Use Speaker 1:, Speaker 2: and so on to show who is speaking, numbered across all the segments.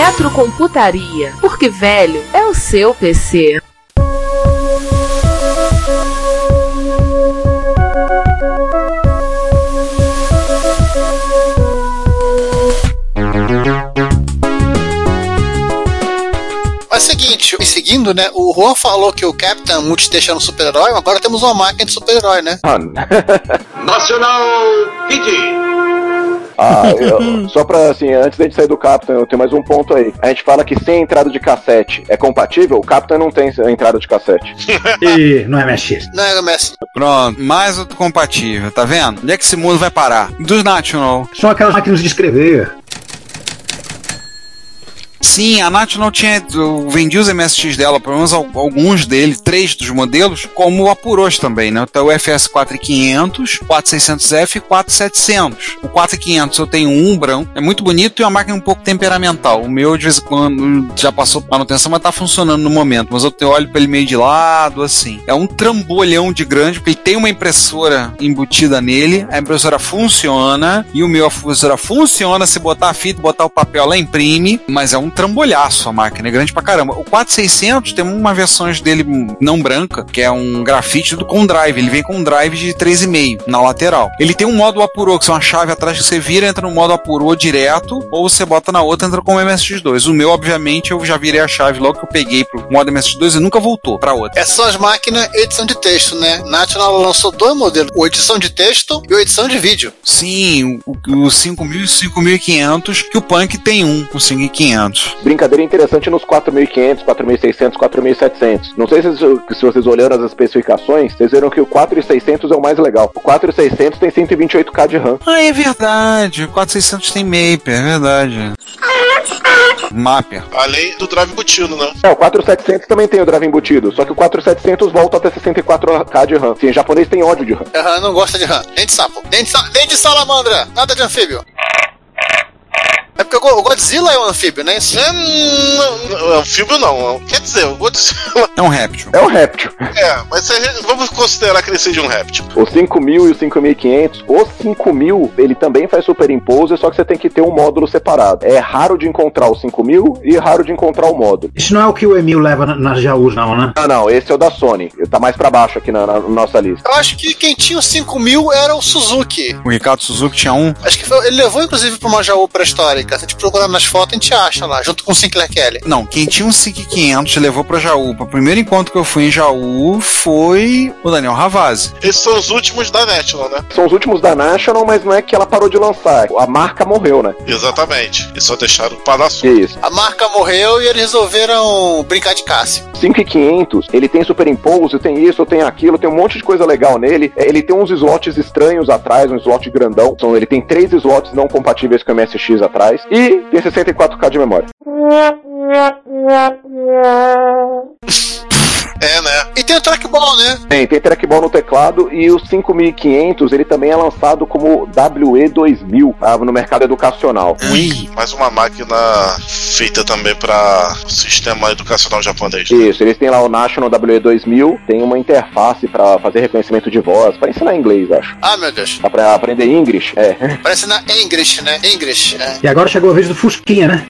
Speaker 1: Retrocomputaria, porque velho é o seu PC.
Speaker 2: Mas É seguinte, e seguindo, né? O Juan falou que o Captain Mutz deixando um super-herói, mas agora temos uma máquina de super-herói, né?
Speaker 3: Ah,
Speaker 4: Nacional Kid.
Speaker 3: Ah, eu- só pra, assim, antes da gente sair do Captain, eu tenho mais um ponto aí. A gente fala que sem entrada de cassete é compatível, o Captain não tem entrada de cassete.
Speaker 5: E não é mexido.
Speaker 2: Não é, Messi?
Speaker 6: Pronto, mais outro compatível, tá vendo? Onde é que esse mundo vai parar? Dos National.
Speaker 5: São aquelas máquinas de escrever.
Speaker 6: Sim, a National tinha. eu vendi os MSX dela, pelo menos al- alguns dele, três dos modelos, como o Apuros também, né? Então o FS4500, 4600F e 4700. O 4500 eu tenho um branco, é muito bonito e uma máquina um pouco temperamental. O meu de vez em quando já passou por manutenção, mas tá funcionando no momento. Mas eu te- olho pra ele meio de lado, assim. É um trambolhão de grande, porque ele tem uma impressora embutida nele, a impressora funciona e o meu a impressora funciona se botar a fita, botar o papel lá imprime, mas é um trambolhaço a máquina, é grande pra caramba. O 4600 tem uma versões dele não branca, que é um grafite do com drive, ele vem com um drive de 3,5 na lateral. Ele tem um modo apurô, que é uma chave atrás que você vira, entra no modo apurô direto, ou você bota na outra, entra com o MSX2. O meu, obviamente, eu já virei a chave logo que eu peguei pro modo MSX2 e nunca voltou pra outra.
Speaker 2: Essas são as máquinas edição de texto, né? National lançou dois modelos, o edição de texto e o edição de vídeo.
Speaker 6: Sim, o, o 5000 e 5500, que o Punk tem um com 5500.
Speaker 3: Brincadeira interessante nos 4.500, 4.600, 4.700. Não sei se, se vocês olharam as especificações, vocês viram que o 4.600 é o mais legal. O 4.600 tem 128K de RAM.
Speaker 6: Ah, é verdade, o 4600 tem Maper, é verdade. Mapper.
Speaker 4: Além do drive butino, né?
Speaker 3: É, o 4700 também tem o drive embutido, só que o 4700 volta até 64K de RAM. Sim, o japonês tem ódio de RAM.
Speaker 2: Aham, não gosta de RAM. Nem de sapo. Nem de, sa- nem de salamandra. Nada de anfíbio. É porque o Go- o Godzilla é um anfíbio, né? Isso é-
Speaker 4: Não, não, é um filme não. Quer dizer, eu vou dizer.
Speaker 6: É um réptil.
Speaker 3: É um réptil.
Speaker 4: É, mas é- vamos considerar que ele seja um réptil.
Speaker 3: O 5000 e o 5500. O 5000, ele também faz superimposer, só que você tem que ter um módulo separado. É raro de encontrar o 5000 e raro de encontrar o módulo.
Speaker 5: Isso não é o que o Emil leva na- nas Jaús, não, né?
Speaker 3: Ah, não, esse é o da Sony. Ele Tá mais pra baixo aqui na, na nossa lista.
Speaker 2: Eu acho que quem tinha o 5000 era o Suzuki.
Speaker 6: O Ricardo Suzuki tinha um.
Speaker 2: Acho que foi- ele levou, inclusive, pra uma Jaú pré-histórica. Se a gente procurar nas fotos, a gente acha lá, junto com o Sinclair Kelly.
Speaker 6: Não, quem tinha um SIG 500 levou pra Jaú. O primeiro encontro que eu fui em Jaú foi o Daniel Ravazzi.
Speaker 4: Esses são os últimos da National, né?
Speaker 3: São os últimos da National, mas não é que ela parou de lançar. A marca morreu, né?
Speaker 4: Exatamente. Eles só deixaram o palhaço.
Speaker 3: Que isso.
Speaker 2: A marca morreu e eles resolveram brincar de Cássio.
Speaker 3: 5500, ele tem superimpouso, tem isso, tem aquilo, tem um monte de coisa legal nele. É, Ele tem uns slots estranhos atrás, um slot grandão. Então, ele tem três slots não compatíveis com o MSX atrás. E tem 64K de memória.
Speaker 4: É, né?
Speaker 2: E tem o trackball, né?
Speaker 3: Tem, tem trackball no teclado e o 5500 ele também é lançado como WE2000 tá? no mercado educacional.
Speaker 6: Ui.
Speaker 4: Mais uma máquina feita também para o sistema educacional japonês.
Speaker 3: Isso, eles têm lá o National WE2000, tem uma interface pra fazer reconhecimento de voz, pra ensinar inglês, acho.
Speaker 2: Ah, meu Deus.
Speaker 3: Tá Pra aprender inglês, é.
Speaker 2: Parece na English, né? English. é.
Speaker 5: E agora chegou a vez do Fusquinha, né?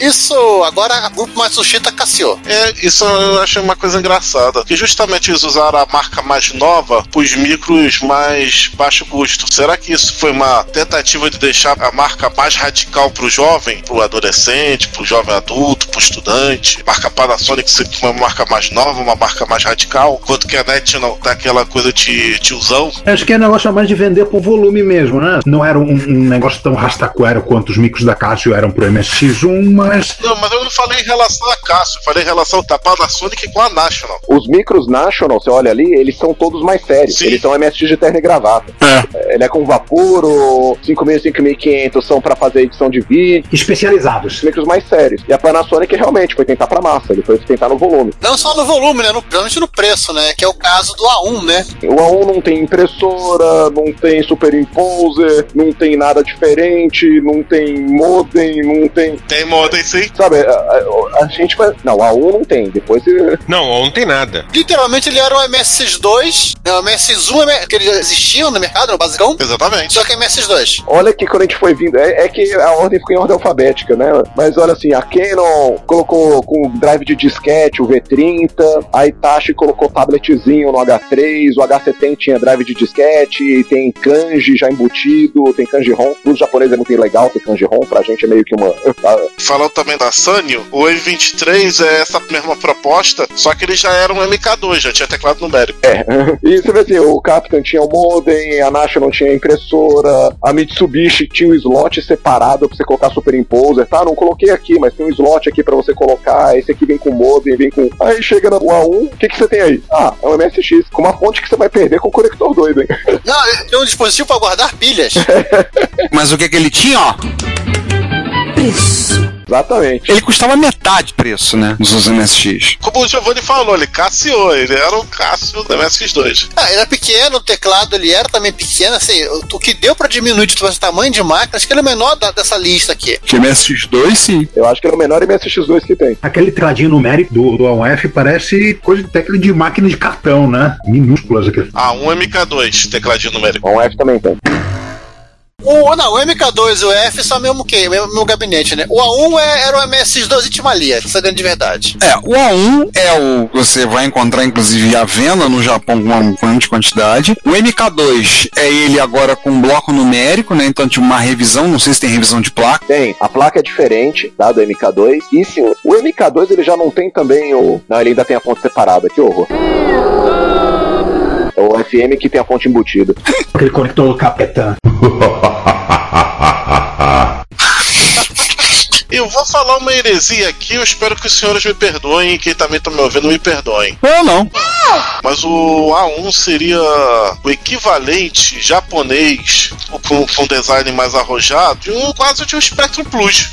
Speaker 2: Isso, agora o grupo tá Matsushita Cassio.
Speaker 4: É, isso eu achei uma coisa engraçada. Que justamente eles usaram a marca mais nova para os micros mais baixo custo. Será que isso foi uma tentativa de deixar a marca mais radical para o jovem, para o adolescente, para o jovem adulto, para o estudante? Marca Panasonic sempre foi uma marca mais nova, uma marca mais radical, enquanto que a NET não tá aquela coisa de tiozão.
Speaker 5: Acho que é negócio mais de vender por volume mesmo, né? Não era um, um negócio tão rastaquero quanto os micros da Casio eram pro MSX1, mas mas.
Speaker 4: Não, mas eu não falei em relação a Cássio, eu falei em relação da Panasonic com a National.
Speaker 3: Os micros National, você olha ali, eles são todos mais sérios.
Speaker 4: Sim.
Speaker 3: Eles são MSX de terno e gravata. É. Ele é com vapor, ou 5.000, 5.500 são pra fazer edição de vídeo. Os
Speaker 5: Especializados.
Speaker 3: micros mais sérios. E a Panasonic realmente foi tentar pra massa, ele foi tentar no volume.
Speaker 2: Não só no volume, né? No, principalmente no preço, né? Que é o caso do A1, né?
Speaker 3: O A1 não tem impressora, não tem superimposer, não tem nada diferente, não tem modem, não tem.
Speaker 4: Tem modem sim.
Speaker 3: Sabe, a, a- a gente vai. Não, o A1 não tem. Depois eh,
Speaker 7: Não, ou não tem nada.
Speaker 2: Literalmente ele era um MSX2, né, um MSX1 é, que eles existiam no mercado, no basicão.
Speaker 4: Exatamente.
Speaker 2: Só que é MSX2.
Speaker 3: Olha que quando a gente foi vindo, é, é que a ordem ficou em ordem alfabética, né? Mas olha assim, a Canon colocou com um drive de disquete, o V30, a Itachi colocou tabletzinho no H3, o H70 tinha drive de disquete, tem kanji já embutido, tem kanji ROM, pros japoneses é muito legal ter kanji ROM, pra gente é meio que uma...
Speaker 4: Falando também da Sanyo, o M23 é essa mesma proposta, só que ele já era um MK2, já tinha teclado numérico.
Speaker 3: E você vê assim, o Captain tinha o modem, a National tinha a impressora, a Mitsubishi tinha o slot separado pra você colocar superimposer, tá? Não coloquei aqui, mas tem um slot aqui pra você colocar, esse aqui vem com modem, vem com... Aí chega na o A1, o que que você tem aí? Ah, é um MSX, com uma fonte que você vai perder com o conector doido, hein?
Speaker 2: Não, ele tem um dispositivo pra guardar pilhas.
Speaker 6: Mas o que, que ele tinha, ó?
Speaker 3: Exatamente.
Speaker 6: Ele custava metade do preço, né? Dos MSX.
Speaker 4: Como o Giovanni falou, ele Cassio, ele era o Cássio do MSX2.
Speaker 2: Ah, ele era pequeno, o teclado ele era também pequeno, assim, o o que deu pra diminuir de tamanho de máquina, acho que ele é o menor da- dessa lista aqui.
Speaker 6: Que MSX2, sim.
Speaker 3: Eu acho que era o menor MSX2 que tem.
Speaker 5: Aquele tecladinho numérico do, do A1F parece coisa de tecla de máquina de cartão, né? Minúsculas aqui.
Speaker 4: Ah, um MK2, tecladinho numérico.
Speaker 3: Um F também tem.
Speaker 2: O, não, o MK2 e o F são mesmo quem? Mesmo, mesmo gabinete, né? O A1 é- era o MSX2 e Timalia, essa é grande de verdade.
Speaker 6: É, o A1 é o você vai encontrar inclusive à venda no Japão com uma grande quantidade. O MK2 é ele agora com bloco numérico, né? Então tinha uma revisão, não sei se tem revisão de placa.
Speaker 3: Tem, a placa é diferente da do MK2. E sim, o MK2 ele já não tem também o. Não, ele ainda tem a fonte separada, que horror. É o FM que tem a fonte embutida.
Speaker 5: Aquele conector capetã.
Speaker 4: Eu vou falar uma heresia aqui, eu espero que os senhores me perdoem, e quem também tá me ouvindo me perdoem.
Speaker 6: Ou não.
Speaker 4: Mas o A1 seria o equivalente japonês, com, com um design mais arrojado, de um quase de um Spectrum Plus.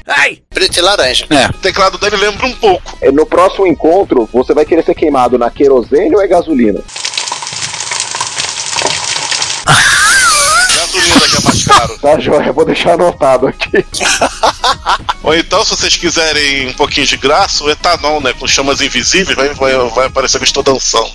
Speaker 2: Preto e laranja.
Speaker 6: É.
Speaker 4: O teclado dele lembra um pouco.
Speaker 3: É, No próximo encontro, você vai querer ser queimado na querosene ou é gasolina?
Speaker 4: Gasolina que é mais caro.
Speaker 3: Tá, joia? Vou deixar anotado aqui.
Speaker 4: Ou então, se vocês quiserem um pouquinho de graça, o etanol, né? Com chamas invisíveis, vai, vai, vai parecer que eu estou dançando.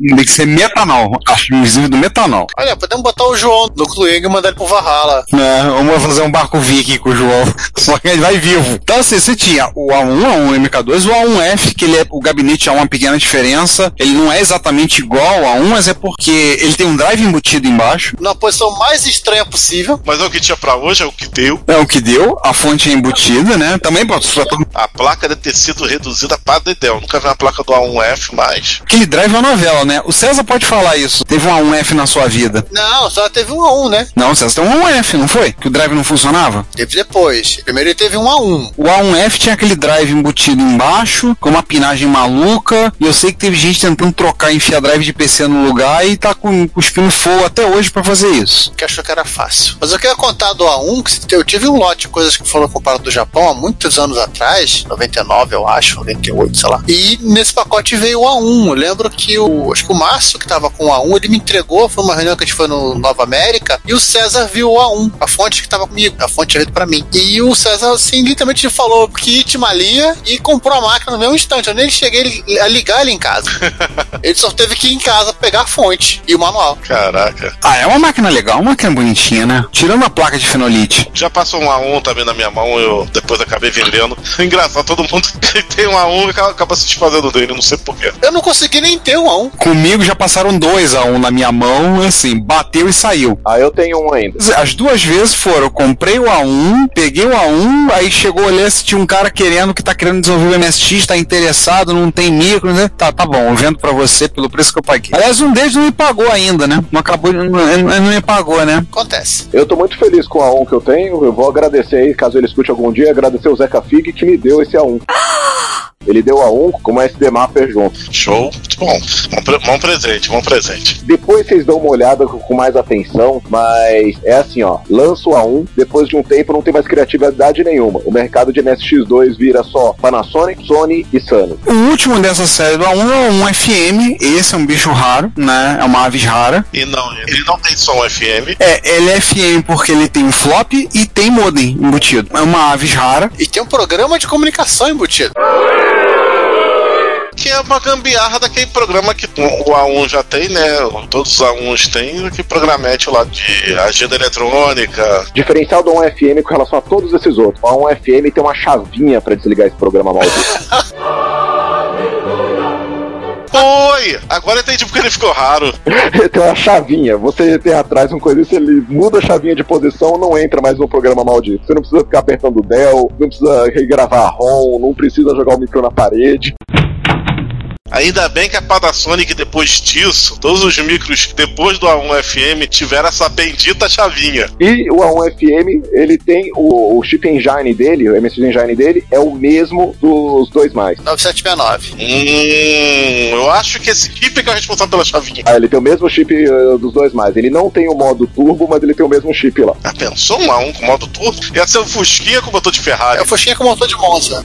Speaker 6: Tem que ser metanol. Acho invisível do metanol.
Speaker 2: Olha, podemos botar o João no Kluing e mandar ele pro Valhalla.
Speaker 6: Né? Vamos fazer um barco viking com o João. Só que ele vai vivo. Então, assim, você tinha o A1, A1 MK2, o A1F, que ele é o gabinete há uma pequena diferença. Ele não é exatamente igual ao A1, mas é porque ele tem um drive embutido embaixo.
Speaker 2: Na posição mais estranha possível.
Speaker 4: Mas é o que tinha pra hoje, é o que deu.
Speaker 6: É o que deu, a fonte é embutida, né? Também pra, pra todo
Speaker 4: A placa deve ter sido reduzida para dedéu. Nunca vi uma placa do A1F mais.
Speaker 6: Aquele drive é uma novela, né? O César pode falar isso. Teve um A1F na sua vida.
Speaker 2: Não, só teve um a um, né?
Speaker 6: Não, o César tem um A1F, não foi? Que o drive não funcionava?
Speaker 2: Teve depois. Primeiro ele teve um a um.
Speaker 6: O A1F tinha aquele drive embutido embaixo, com uma pinagem maluca. E eu sei que teve gente tentando trocar, enfiar drive de PC no lugar e tá com, cuspindo fogo até hoje pra fazer isso.
Speaker 2: que achou que era fácil. Mas eu queria contar do A1, que eu tive um lote de coisas que foram compradas do Japão há muitos anos atrás, 99 eu acho, 98, sei lá. E nesse pacote veio o A1. Eu lembro que o, acho que o Márcio que tava com o A1, ele me entregou, foi uma reunião que a gente foi no Nova América, e o César viu o A1, a fonte que tava comigo, a fonte tinha vindo pra mim. E o César, assim, literalmente falou que Itimalia e comprou a máquina no mesmo instante. Eu nem cheguei li- a ligar ele em casa. ele só teve que ir em casa pegar a fonte e o manual.
Speaker 4: Caraca.
Speaker 6: Ah, é uma máquina legal, uma máquina bonitinha, né? Tirando a placa de fenolite.
Speaker 4: Já passou um A1 também na minha mão, eu depois acabei vendendo. um Engraçado, todo mundo que tem um A1 acaba acaba se desfazendo dele, não sei porquê.
Speaker 2: Eu não consegui nem ter um A1.
Speaker 6: Com Comigo já passaram dois a um na minha mão, assim, bateu e saiu.
Speaker 3: Ah, eu tenho um ainda.
Speaker 6: As duas vezes foram, eu comprei o A1, peguei o A1, aí chegou olhei se tinha um cara querendo que tá querendo desenvolver o MSX, tá interessado, não tem micro, né? Tá, tá bom, eu vendo pra você pelo preço que eu paguei. Aliás, um deles não me pagou ainda, né? Não acabou, não, não me pagou, né?
Speaker 2: Acontece.
Speaker 3: Eu tô muito feliz com a 1 que eu tenho. Eu vou agradecer aí, caso ele escute algum dia, agradecer o Zeca Fig que me deu esse A1. Ele deu a 1 com uma SD Mapper junto.
Speaker 4: Show. Muito bom. Bom, pre- bom presente, bom presente.
Speaker 3: Depois vocês dão uma olhada com com mais atenção, mas é assim, ó. Lança o A1, depois de um tempo não tem mais criatividade nenhuma. O mercado de MSX2 vira só Panasonic, Sony e Sony.
Speaker 6: O último dessa série do A1 é um FM, esse é um bicho raro, né? É uma aves rara.
Speaker 4: E não, ele não tem som FM.
Speaker 6: É, ele é FM porque ele tem um flop e tem modem embutido. É uma aves rara.
Speaker 2: E tem um programa de comunicação embutido.
Speaker 4: Que é uma gambiarra daquele programa que o A1 já tem, né? Todos os A1s têm, aquele programete lá de agenda eletrônica,
Speaker 3: Diferencial do 1FM com relação a todos esses outros. A 1FM tem uma chavinha pra desligar esse programa maldito.
Speaker 4: Oi! Agora entendi porque ele ficou raro.
Speaker 3: tem uma chavinha. Você tem atrás um coisa, ele muda a chavinha de posição, não entra mais no programa maldito. Você não precisa ficar apertando o Dell, não precisa regravar a ROM, não precisa jogar o micro na parede.
Speaker 4: Ainda bem que a Panasonic, depois disso, todos os micros depois do A1FM tiveram essa bendita chavinha.
Speaker 3: E o A1FM, ele tem o, o chip engine dele, o MSX engine dele, é o mesmo dos dois mais.
Speaker 2: 9769.
Speaker 4: Hum, eu acho que esse chip é que é o responsável pela chavinha.
Speaker 3: Ah, ele tem o mesmo chip eh, dos dois mais. Ele não tem o modo turbo, mas ele tem o mesmo chip lá.
Speaker 4: Ah, pensou um A1 com modo turbo? Ia ser um Fusquinha com motor de Ferrari.
Speaker 2: É o Fusquinha com motor de Monza.
Speaker 3: Ah,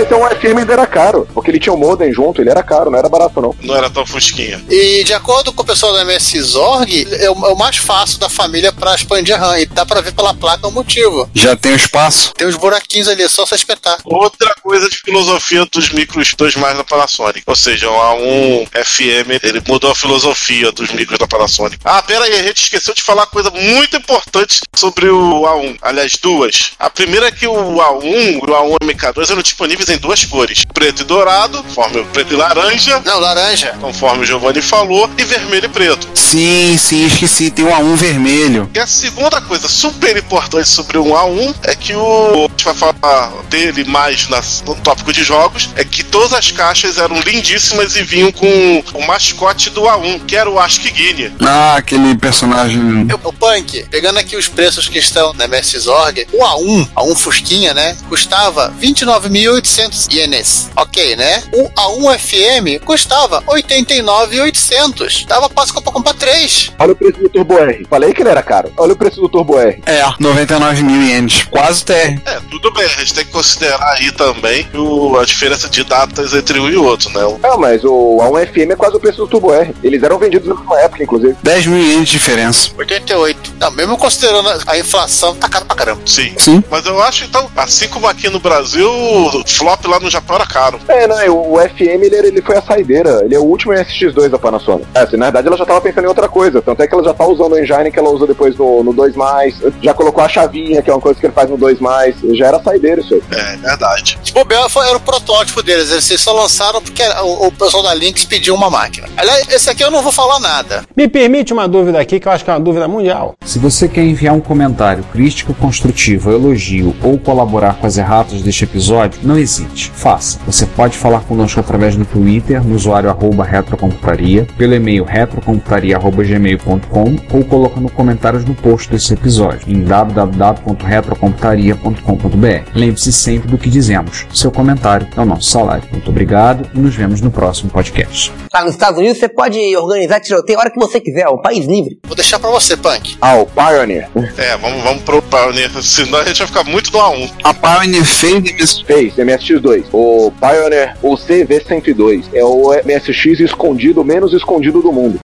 Speaker 3: Então o FM ainda era caro, porque ele tinha o modem junto, ele era caro, não era barato não.
Speaker 4: Não era tão Fusquinha.
Speaker 2: E de acordo com o pessoal da MSX Org, é o, é o mais fácil da família pra expandir a RAM. E dá pra ver pela placa o motivo.
Speaker 6: Já tem o espaço.
Speaker 2: Tem uns buraquinhos ali, é só você espetar.
Speaker 4: Outra coisa de filosofia dos micros 2 mais da Panasonic. Ou seja, o A1FM, ele mudou a filosofia dos micros da Panasonic. Ah, pera aí, a gente esqueceu de falar coisa muito importante sobre o A1. Aliás, duas. A primeira é que o A1 e o A1MK2 eram disponíveis em duas cores. Preto e dourado, conforme o preto e laranja,
Speaker 2: Não, laranja.
Speaker 4: conforme o Giovanni falou, e vermelho e preto.
Speaker 6: Sim, sim, esqueci. Tem o A1 vermelho.
Speaker 4: E a segunda coisa super importante sobre o 1x1 é que o. A gente vai falar dele mais nas- no tópico de jogos. É que todas as caixas eram lindíssimas e vinham com o mascote do A1, que era o Ask Guinea.
Speaker 6: Ah, aquele personagem.
Speaker 2: Eu- É O Punk, pegando aqui os preços que estão na MSX Org, o A1, A1 Fusquinha, né? Custava 29.800 ienes. Ok, né? O A1FM custava 89.800. Dava passo pra comprar três.
Speaker 3: Olha o preço do Turbo R. Falei que ele era caro. Olha o preço do Turbo R.
Speaker 6: É, 99 mil ienes. Quase TR.
Speaker 4: É, tudo bem, a gente tem que considerar aí também o- a diferença de datas entre um e outro, né? O-
Speaker 3: Ah, mas o A1FM é quase o preço do Turbo R. Eles eram vendidos na mesma época, inclusive.
Speaker 6: 10 mil ienes de diferença.
Speaker 2: 88. Não, mesmo considerando a- a inflação, tá caro pra caramba.
Speaker 4: Sim.
Speaker 6: Sim.
Speaker 4: Mas eu acho, então, assim como aqui no Brasil, o flop lá no Japão era caro.
Speaker 3: É, né? O FM ele, ele foi a saideira. Ele é o último SX2 da Panasonic. É, assim, na verdade ela já tava pensando em outra coisa. Tanto é que ela já tá usando o engine que ela usa depois no, no 2. Já colocou a chavinha, que é uma coisa que ele faz no 2. Já era saideira isso aí.
Speaker 4: É, verdade.
Speaker 2: Se bobear, foi- era o protótipo deles. Eles só lançaram porque era- o, o pessoal da Lynx pediu uma máquina. Aliás, esse aqui eu não vou falar nada.
Speaker 7: Me permite uma dúvida aqui, que eu acho que é uma dúvida mundial.
Speaker 8: Se você quer enviar um comentário crítico, construtivo, elogio ou colaborar com as erratas deste episódio, não hesite. Faça. Você pode falar conosco através do Twitter, no usuário arroba retrocomputaria, pelo e-mail retrocomputaria.gmail.com ou colocando comentários no post desse episódio em www.retrocomputaria.com.br. Lembre-se sempre do que dizemos. Seu comentário é o nosso salário. Muito obrigado e nos vemos no próximo podcast.
Speaker 9: Tá, nos Estados Unidos você pode organizar tiroteio a hora que você quiser, é um país livre.
Speaker 2: Vou deixar pra você, Punk.
Speaker 3: Ah, o Pioneer
Speaker 4: É, vamos, vamos pro Pioneer, senão a um. gente vai ficar muito no A1.
Speaker 6: A Pioneer fez MS...
Speaker 3: fez MSX2. O Pioneer, o CV102, é o MSX escondido, menos escondido do mundo.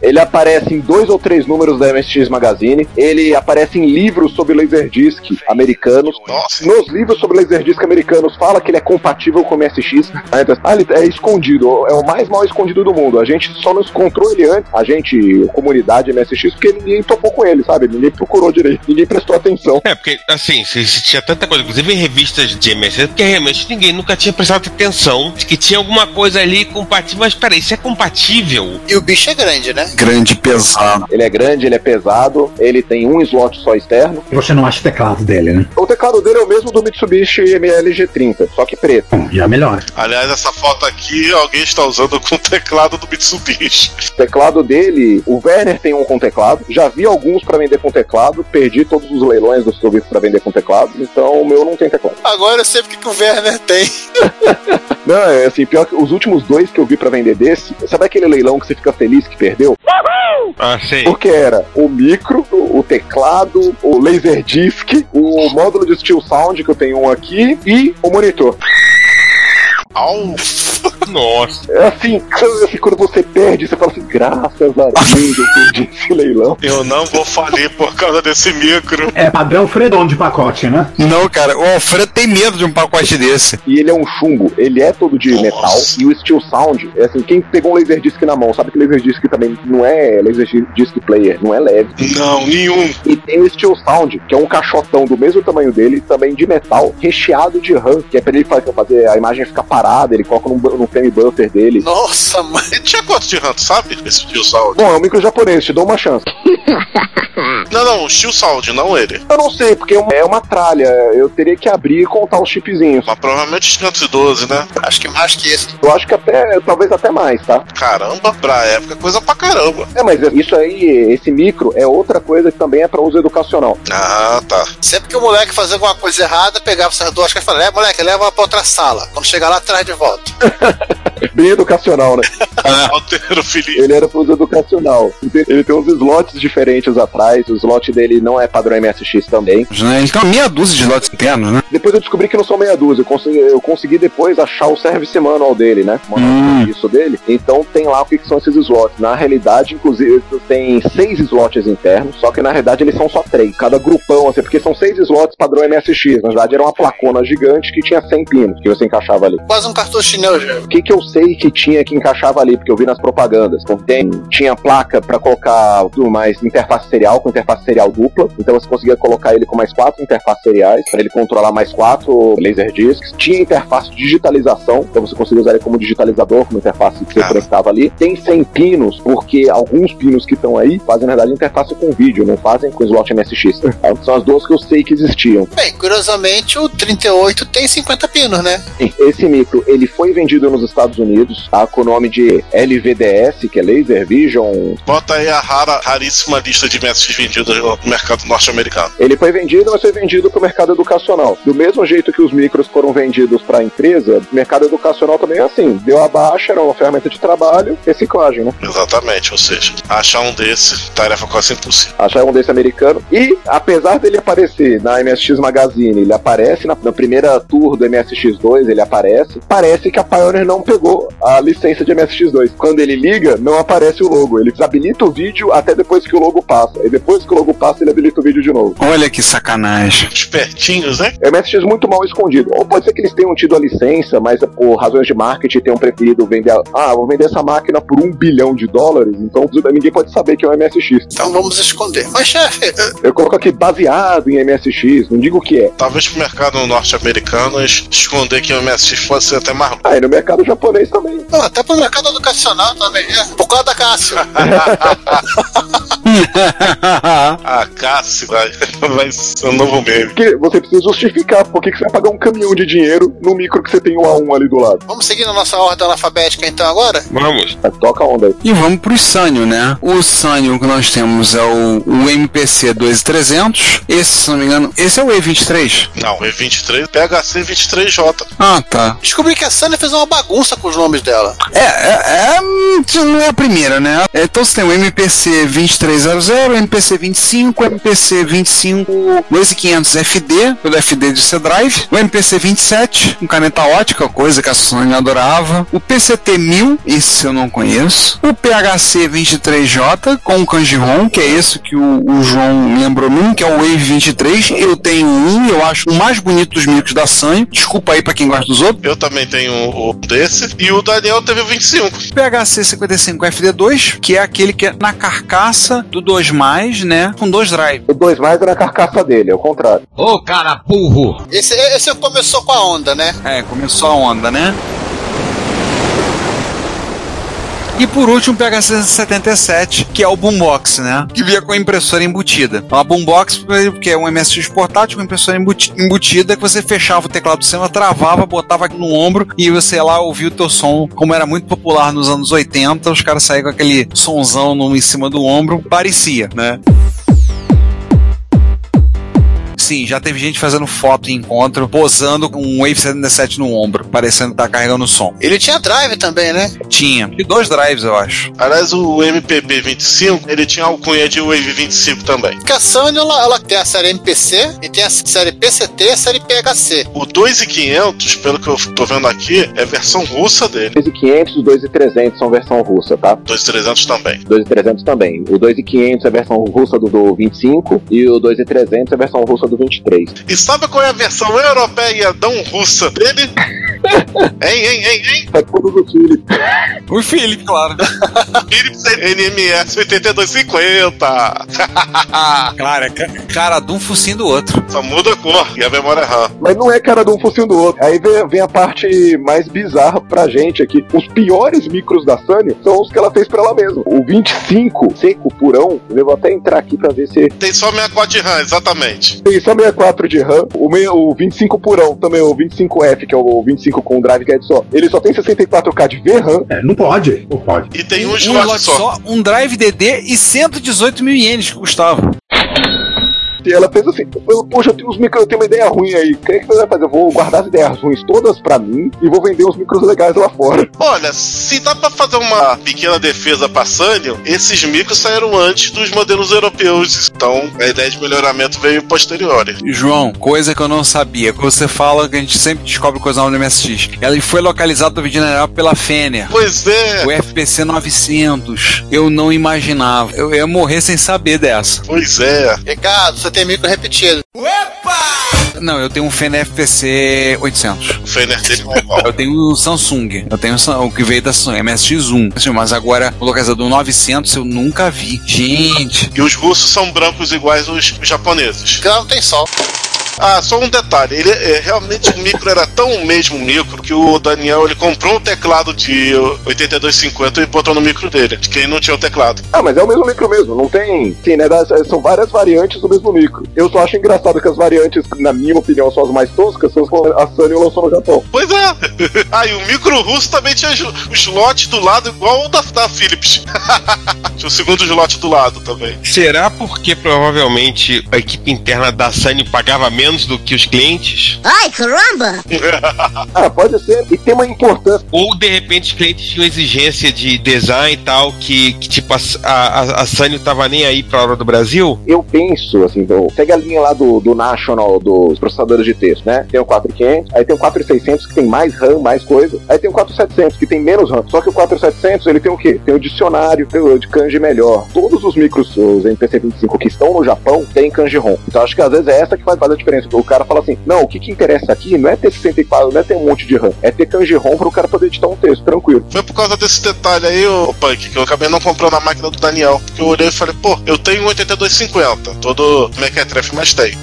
Speaker 3: ele aparece em dois ou três números da MSX Magazine. Ele aparece em livros sobre Laserdisc americanos. Nos livros sobre Laserdisc americanos fala que ele é compatível com o MSX. Aí pensa, Ah, ele é escondido. É o mais mal escondido do mundo. A gente só não encontrou ele antes. A gente, comunidade MSX, porque ninguém topou com ele, sabe? Ninguém procurou direito. Ninguém prestou atenção.
Speaker 10: É, porque, assim, se, se tinha tanta coisa, inclusive em revistas de MSN, porque realmente ninguém nunca tinha prestado atenção de que tinha alguma coisa ali compatível. Mas peraí, isso é compatível?
Speaker 2: E o bicho é grande, né?
Speaker 3: Grande e pesado. Ele é grande, ele é pesado. Ele tem um slot só externo.
Speaker 5: E você não acha o teclado dele, né?
Speaker 3: O teclado dele é o mesmo do Mitsubishi MLG30, só que preto.
Speaker 5: Já melhora.
Speaker 4: Aliás, essa foto aqui alguém está usando com o teclado do Mitsubishi.
Speaker 3: O teclado dele, o Werner tem um com teclado. Já vi alguns pra vender com teclado. Perdi todos os leilões dos serviços pra vender com teclado. Então o meu não tem teclado.
Speaker 2: Agora eu sei porque que o Werner tem.
Speaker 3: Não, é assim, pior que os últimos dois que eu vi pra vender desse, sabe aquele leilão que você fica feliz que perdeu?
Speaker 10: Ah, sei.
Speaker 3: Porque era o micro, o teclado, o laserdisc, o módulo de steel sound que eu tenho um aqui e o monitor.
Speaker 4: Au!
Speaker 10: Nossa.
Speaker 3: É assim, assim, quando você perde, você fala assim, graças a Deus eu perdi esse leilão.
Speaker 4: Eu não vou falir por causa desse micro.
Speaker 5: É padrão Fredon de pacote, né?
Speaker 6: Não, cara, o Alfredo tem medo de um pacote desse.
Speaker 3: E ele é um chumbo, ele é todo de metal. E o Steel Sound, é assim, quem pegou um Laserdisc na mão, sabe que Laserdisc também não é Laserdisc player, não é leve.
Speaker 4: Não, nenhum.
Speaker 3: E tem o Steel Sound, que é um caixotão do mesmo tamanho dele, também de metal, recheado de RAM, que é pra ele fa- fazer a imagem ficar parada, ele coloca num, bu- num frame buffer dele.
Speaker 2: Nossa, mano.
Speaker 4: Ele tinha quanto de RAM, sabe? Esse Steel Sound.
Speaker 3: Bom, é um micro japonês, te dou uma chance.
Speaker 4: Não, não, o Steel Sound, não ele.
Speaker 3: Eu não sei, porque é uma- é uma tralha, eu teria que abrir e contar os chipzinhos.
Speaker 4: Mas provavelmente 512, né?
Speaker 2: Acho que mais que esse.
Speaker 3: Eu acho que até, talvez até mais, tá?
Speaker 4: Caramba, pra época, coisa pra caramba.
Speaker 3: É, mas isso aí, esse micro, é outra coisa que também é pra uso educacional.
Speaker 4: Ah, tá.
Speaker 2: Sempre que o moleque fazia alguma coisa errada, pegava essas duas caixas e falava: É, moleque, leva pra outra sala. Quando chegar lá, traz de volta.
Speaker 3: Bem educacional, né?
Speaker 10: É.
Speaker 4: Altero Felipe.
Speaker 3: Ele era pra uso educacional. Ele tem- Ele tem uns slots diferentes atrás, o slot dele não é padrão MSX também.
Speaker 6: Né? Ele tem uma meia dúzia de lotes internos, né?
Speaker 3: Depois eu descobri que não são meia dúzia, eu consegui, eu consegui depois achar o service manual dele, né? O manual de serviço dele. Então tem lá o que que são esses slots. Na realidade, inclusive, tem seis slots internos, só que na realidade eles são só três. Cada grupão, assim, porque são seis slots padrão MSX. Na verdade era uma placona gigante que tinha 100 pinos que você encaixava ali.
Speaker 2: Quase um cartucho chinelo, já.
Speaker 3: O que, que eu sei que tinha que encaixava ali, porque eu vi nas propagandas. Então, tem- tinha placa pra colocar tudo mais interface serial com interface serial dupla. Então você conseguia colocar ele com mais quatro interfaces seriais, pra ele controlar mais quatro laserdiscs. Tinha interface de digitalização, então você conseguia usar ele como digitalizador, como interface que você
Speaker 4: Ah.
Speaker 3: conectava ali. Tem 100 pinos, porque alguns pinos que estão aí fazem, na verdade, interface com vídeo, não fazem com slot MSX. São as duas que eu sei que existiam.
Speaker 2: Bem, curiosamente, o 38 tem 50 pinos, né?
Speaker 3: Sim, Esse micro, ele foi vendido nos Estados Unidos, tá? Com o nome de LVDS, que é Laser Vision.
Speaker 4: Bota aí a rara, raríssima lista de mestres vendidos no mercado norte-americano.
Speaker 3: Ele foi vendido, mas foi vendido para o mercado educacional. Do mesmo jeito que os micros foram vendidos para a empresa, o mercado educacional também é assim. Deu a baixa, era uma ferramenta de trabalho, reciclagem, né?
Speaker 4: Exatamente, ou seja, achar um desse, tarefa quase impossível.
Speaker 3: achar um desse americano. E, apesar dele aparecer na MSX Magazine, ele aparece na, na primeira tour do MSX2, ele aparece. Parece que a Pioneer não pegou a licença de MSX2. Quando ele liga, não aparece o logo. Ele desabilita o vídeo até depois que o logo passa. E depois que o logo passa, ele habilita o vídeo de novo.
Speaker 6: Olha que sacanagem.
Speaker 4: Espertinhos, né?
Speaker 3: É um MSX muito mal escondido. Ou pode ser que eles tenham tido a licença, mas por razões de marketing tenham preferido vender. a- Ah, vou vender essa máquina por um bilhão de dólares, então ninguém pode saber que é um MSX.
Speaker 2: Então vamos esconder. Mas, chefe,
Speaker 3: Eu coloco aqui baseado em MSX, não digo o que é.
Speaker 4: Talvez pro mercado norte-americano es- esconder que o MSX fosse até mais.
Speaker 3: Ah, e no mercado japonês também.
Speaker 2: não, até pro mercado educacional também, né? Por causa da Cássio.
Speaker 4: Ah, Cássio, vai, vai ser um novo meme.
Speaker 3: Porque você precisa justificar por que que você vai pagar um caminhão de dinheiro no micro que você tem um A1 ali do lado.
Speaker 2: Vamos seguir na nossa ordem alfabética então agora?
Speaker 10: Vamos.
Speaker 3: Mas toca a onda aí.
Speaker 6: E vamos pro Sanyo, né? O Sanyo que nós temos é o, o MPC 2300. Esse, se não me engano, esse é o E23.
Speaker 4: Não, E23, PHC 23J.
Speaker 6: Ah, tá.
Speaker 2: Descobri que a Sony fez uma bagunça com com os nomes dela.
Speaker 6: É, é, é, hum, não é a primeira, né? Então você tem o MPC 2300, MPC 25, MPC 25 2500 FD, pelo FD de C-Drive, o MPC 27, com caneta ótica, coisa que a Sony adorava, o PCT 1000, esse eu não conheço, o PHC 23J, com o Kanji ROM, que é esse que o, o João lembrou mim, que é o Wave 23, eu tenho um, eu acho o mais bonito dos micros da Sanyo, desculpa aí pra quem gosta dos outros.
Speaker 4: Eu também tenho um desse, e o Daniel teve o 25.
Speaker 6: PHC 55FD2, que é aquele que é na carcaça do 2, né? Com dois drive.
Speaker 3: O 2 mais era a carcaça dele, é o contrário.
Speaker 6: Ô, cara burro!
Speaker 2: Esse, esse começou com a onda, né?
Speaker 6: É, começou a onda, né? E por último, o PHC-77, que é o Boombox, né? Que via com a impressora embutida. Então, a Boombox, que é um MSX portátil com impressora embuti- embutida, que você fechava o teclado do cinema, travava, botava no ombro e você lá ouvia o teu som, como era muito popular nos anos 80, os caras saíam com aquele sonzão no- em cima do ombro. Parecia, né? Sim, já teve gente fazendo foto em encontro, posando com um Wave 77 no ombro, parecendo estar carregando um som.
Speaker 2: Ele tinha drive também, né?
Speaker 6: Tinha. E dois drives, eu acho.
Speaker 4: Aliás, o MPB 25, ele tinha a alcunha de Wave 25 também.
Speaker 2: Porque a Sony, ela, ela tem a série MPC e tem a série PCT e a série PHC.
Speaker 4: O 2500, pelo que eu tô vendo aqui, é a versão russa dele.
Speaker 3: 2.500, 2.300 são versão russa, tá?
Speaker 4: 2300 também.
Speaker 3: 2.300 também. O 2.500 é a versão russa do, do 25 e o 2.300 é a versão russa do 23.
Speaker 4: E sabe qual é a versão europeia não russa dele? hein, hein, hein, hein?
Speaker 3: É tudo do Chile.
Speaker 6: O Philip, claro.
Speaker 4: Philips NMS 8250.
Speaker 6: cara, cara, de um focinho do outro.
Speaker 4: Só muda a cor e a memória RAM.
Speaker 3: Mas não é cara de um focinho do outro. Aí vem, vem a parte mais bizarra pra gente aqui. Os piores micros da Sony são os que ela fez pra ela mesma. O 25 seco, purão, eu vou até entrar aqui pra ver se
Speaker 4: Tem só 64 de RAM, exatamente.
Speaker 3: tem só 64 de RAM. O, meio- o 25 purão também, o 25F, que é o 25 com drive que é de só. Ele só tem 64K de VRAM.
Speaker 5: É, não pode. Não pode.
Speaker 4: E tem um,
Speaker 6: um
Speaker 4: slot
Speaker 6: slot
Speaker 4: só.
Speaker 6: só, um drive DD e 118 mil ienes que custava.
Speaker 3: E ela pensa assim, eu- poxa, eu tenho, uns micros, eu tenho uma ideia ruim aí. O que é que você vai fazer? Eu vou guardar as ideias ruins todas pra mim e vou vender uns micros legais lá fora.
Speaker 4: Olha, se dá pra fazer uma pequena defesa pra Sanyo, esses micros saíram antes dos modelos europeus. Então, a ideia de melhoramento veio posterior.
Speaker 6: João, coisa que eu não sabia. Quando você fala que a gente sempre descobre coisa nova no MSX. Ela foi localizada no general pela Fener.
Speaker 4: Pois é.
Speaker 6: O FPC 900. Eu não imaginava. Eu ia morrer sem saber dessa.
Speaker 4: Pois é.
Speaker 2: Ricardo, você tem micro repetido.
Speaker 6: Não, eu tenho um Fener FPC 800.
Speaker 4: O Fener dele não é igual.
Speaker 6: Eu tenho o Samsung. Eu tenho o Sam- o que veio da Samsung, MSX1. Assim, mas agora, o localizador 900 eu nunca vi. Gente.
Speaker 4: E os russos são brancos iguais aos japoneses.
Speaker 2: Porque ela não tem sol.
Speaker 4: Ah, só um detalhe. Ele é, realmente o micro era tão o mesmo micro que o Daniel ele comprou um teclado de 8250 e botou no micro dele. De quem não tinha o teclado.
Speaker 3: Ah, mas é o mesmo micro mesmo, não tem. Sim, né? das- São várias variantes do mesmo micro. Eu só acho engraçado que as variantes, na minha opinião, são as mais toscas, são as que a Sony lançou no Japão.
Speaker 4: Pois é. Ah, e o micro russo também tinha ju- o slot do lado igual o da, da Philips. tinha o segundo slot do lado também.
Speaker 10: Será porque provavelmente a equipe interna da Sony pagava menos do que os clientes?
Speaker 11: Ai, caramba!
Speaker 3: Ah, pode ser. E tem uma importância.
Speaker 10: Ou de repente os clientes tinham exigência de design e tal, que, que tipo a, a, a Sony não tava nem aí pra hora do Brasil?
Speaker 3: Eu penso, assim, do- segue a linha lá do, do National, dos processadores de texto, né? Tem o 4500, aí tem o 4600 que tem mais RAM, mais coisa. Aí tem o 4700 que tem menos RAM. Só que o 4700, ele tem o quê? Tem o dicionário, tem o de kanji melhor. Todos os micros, os MPC-25 que estão no Japão, tem kanji ROM. Então acho que às vezes é essa que faz fazer a diferença. O cara fala assim, não, o que que interessa aqui não é ter 64, não é ter um monte de RAM. É ter kanji ROM para o cara poder editar um texto, tranquilo.
Speaker 4: Foi por causa desse detalhe aí, ô Punk, que eu acabei não comprando a máquina do Daniel. Porque eu olhei e falei, pô, eu tenho um 8250. Todo Mequetrefe, mas tem.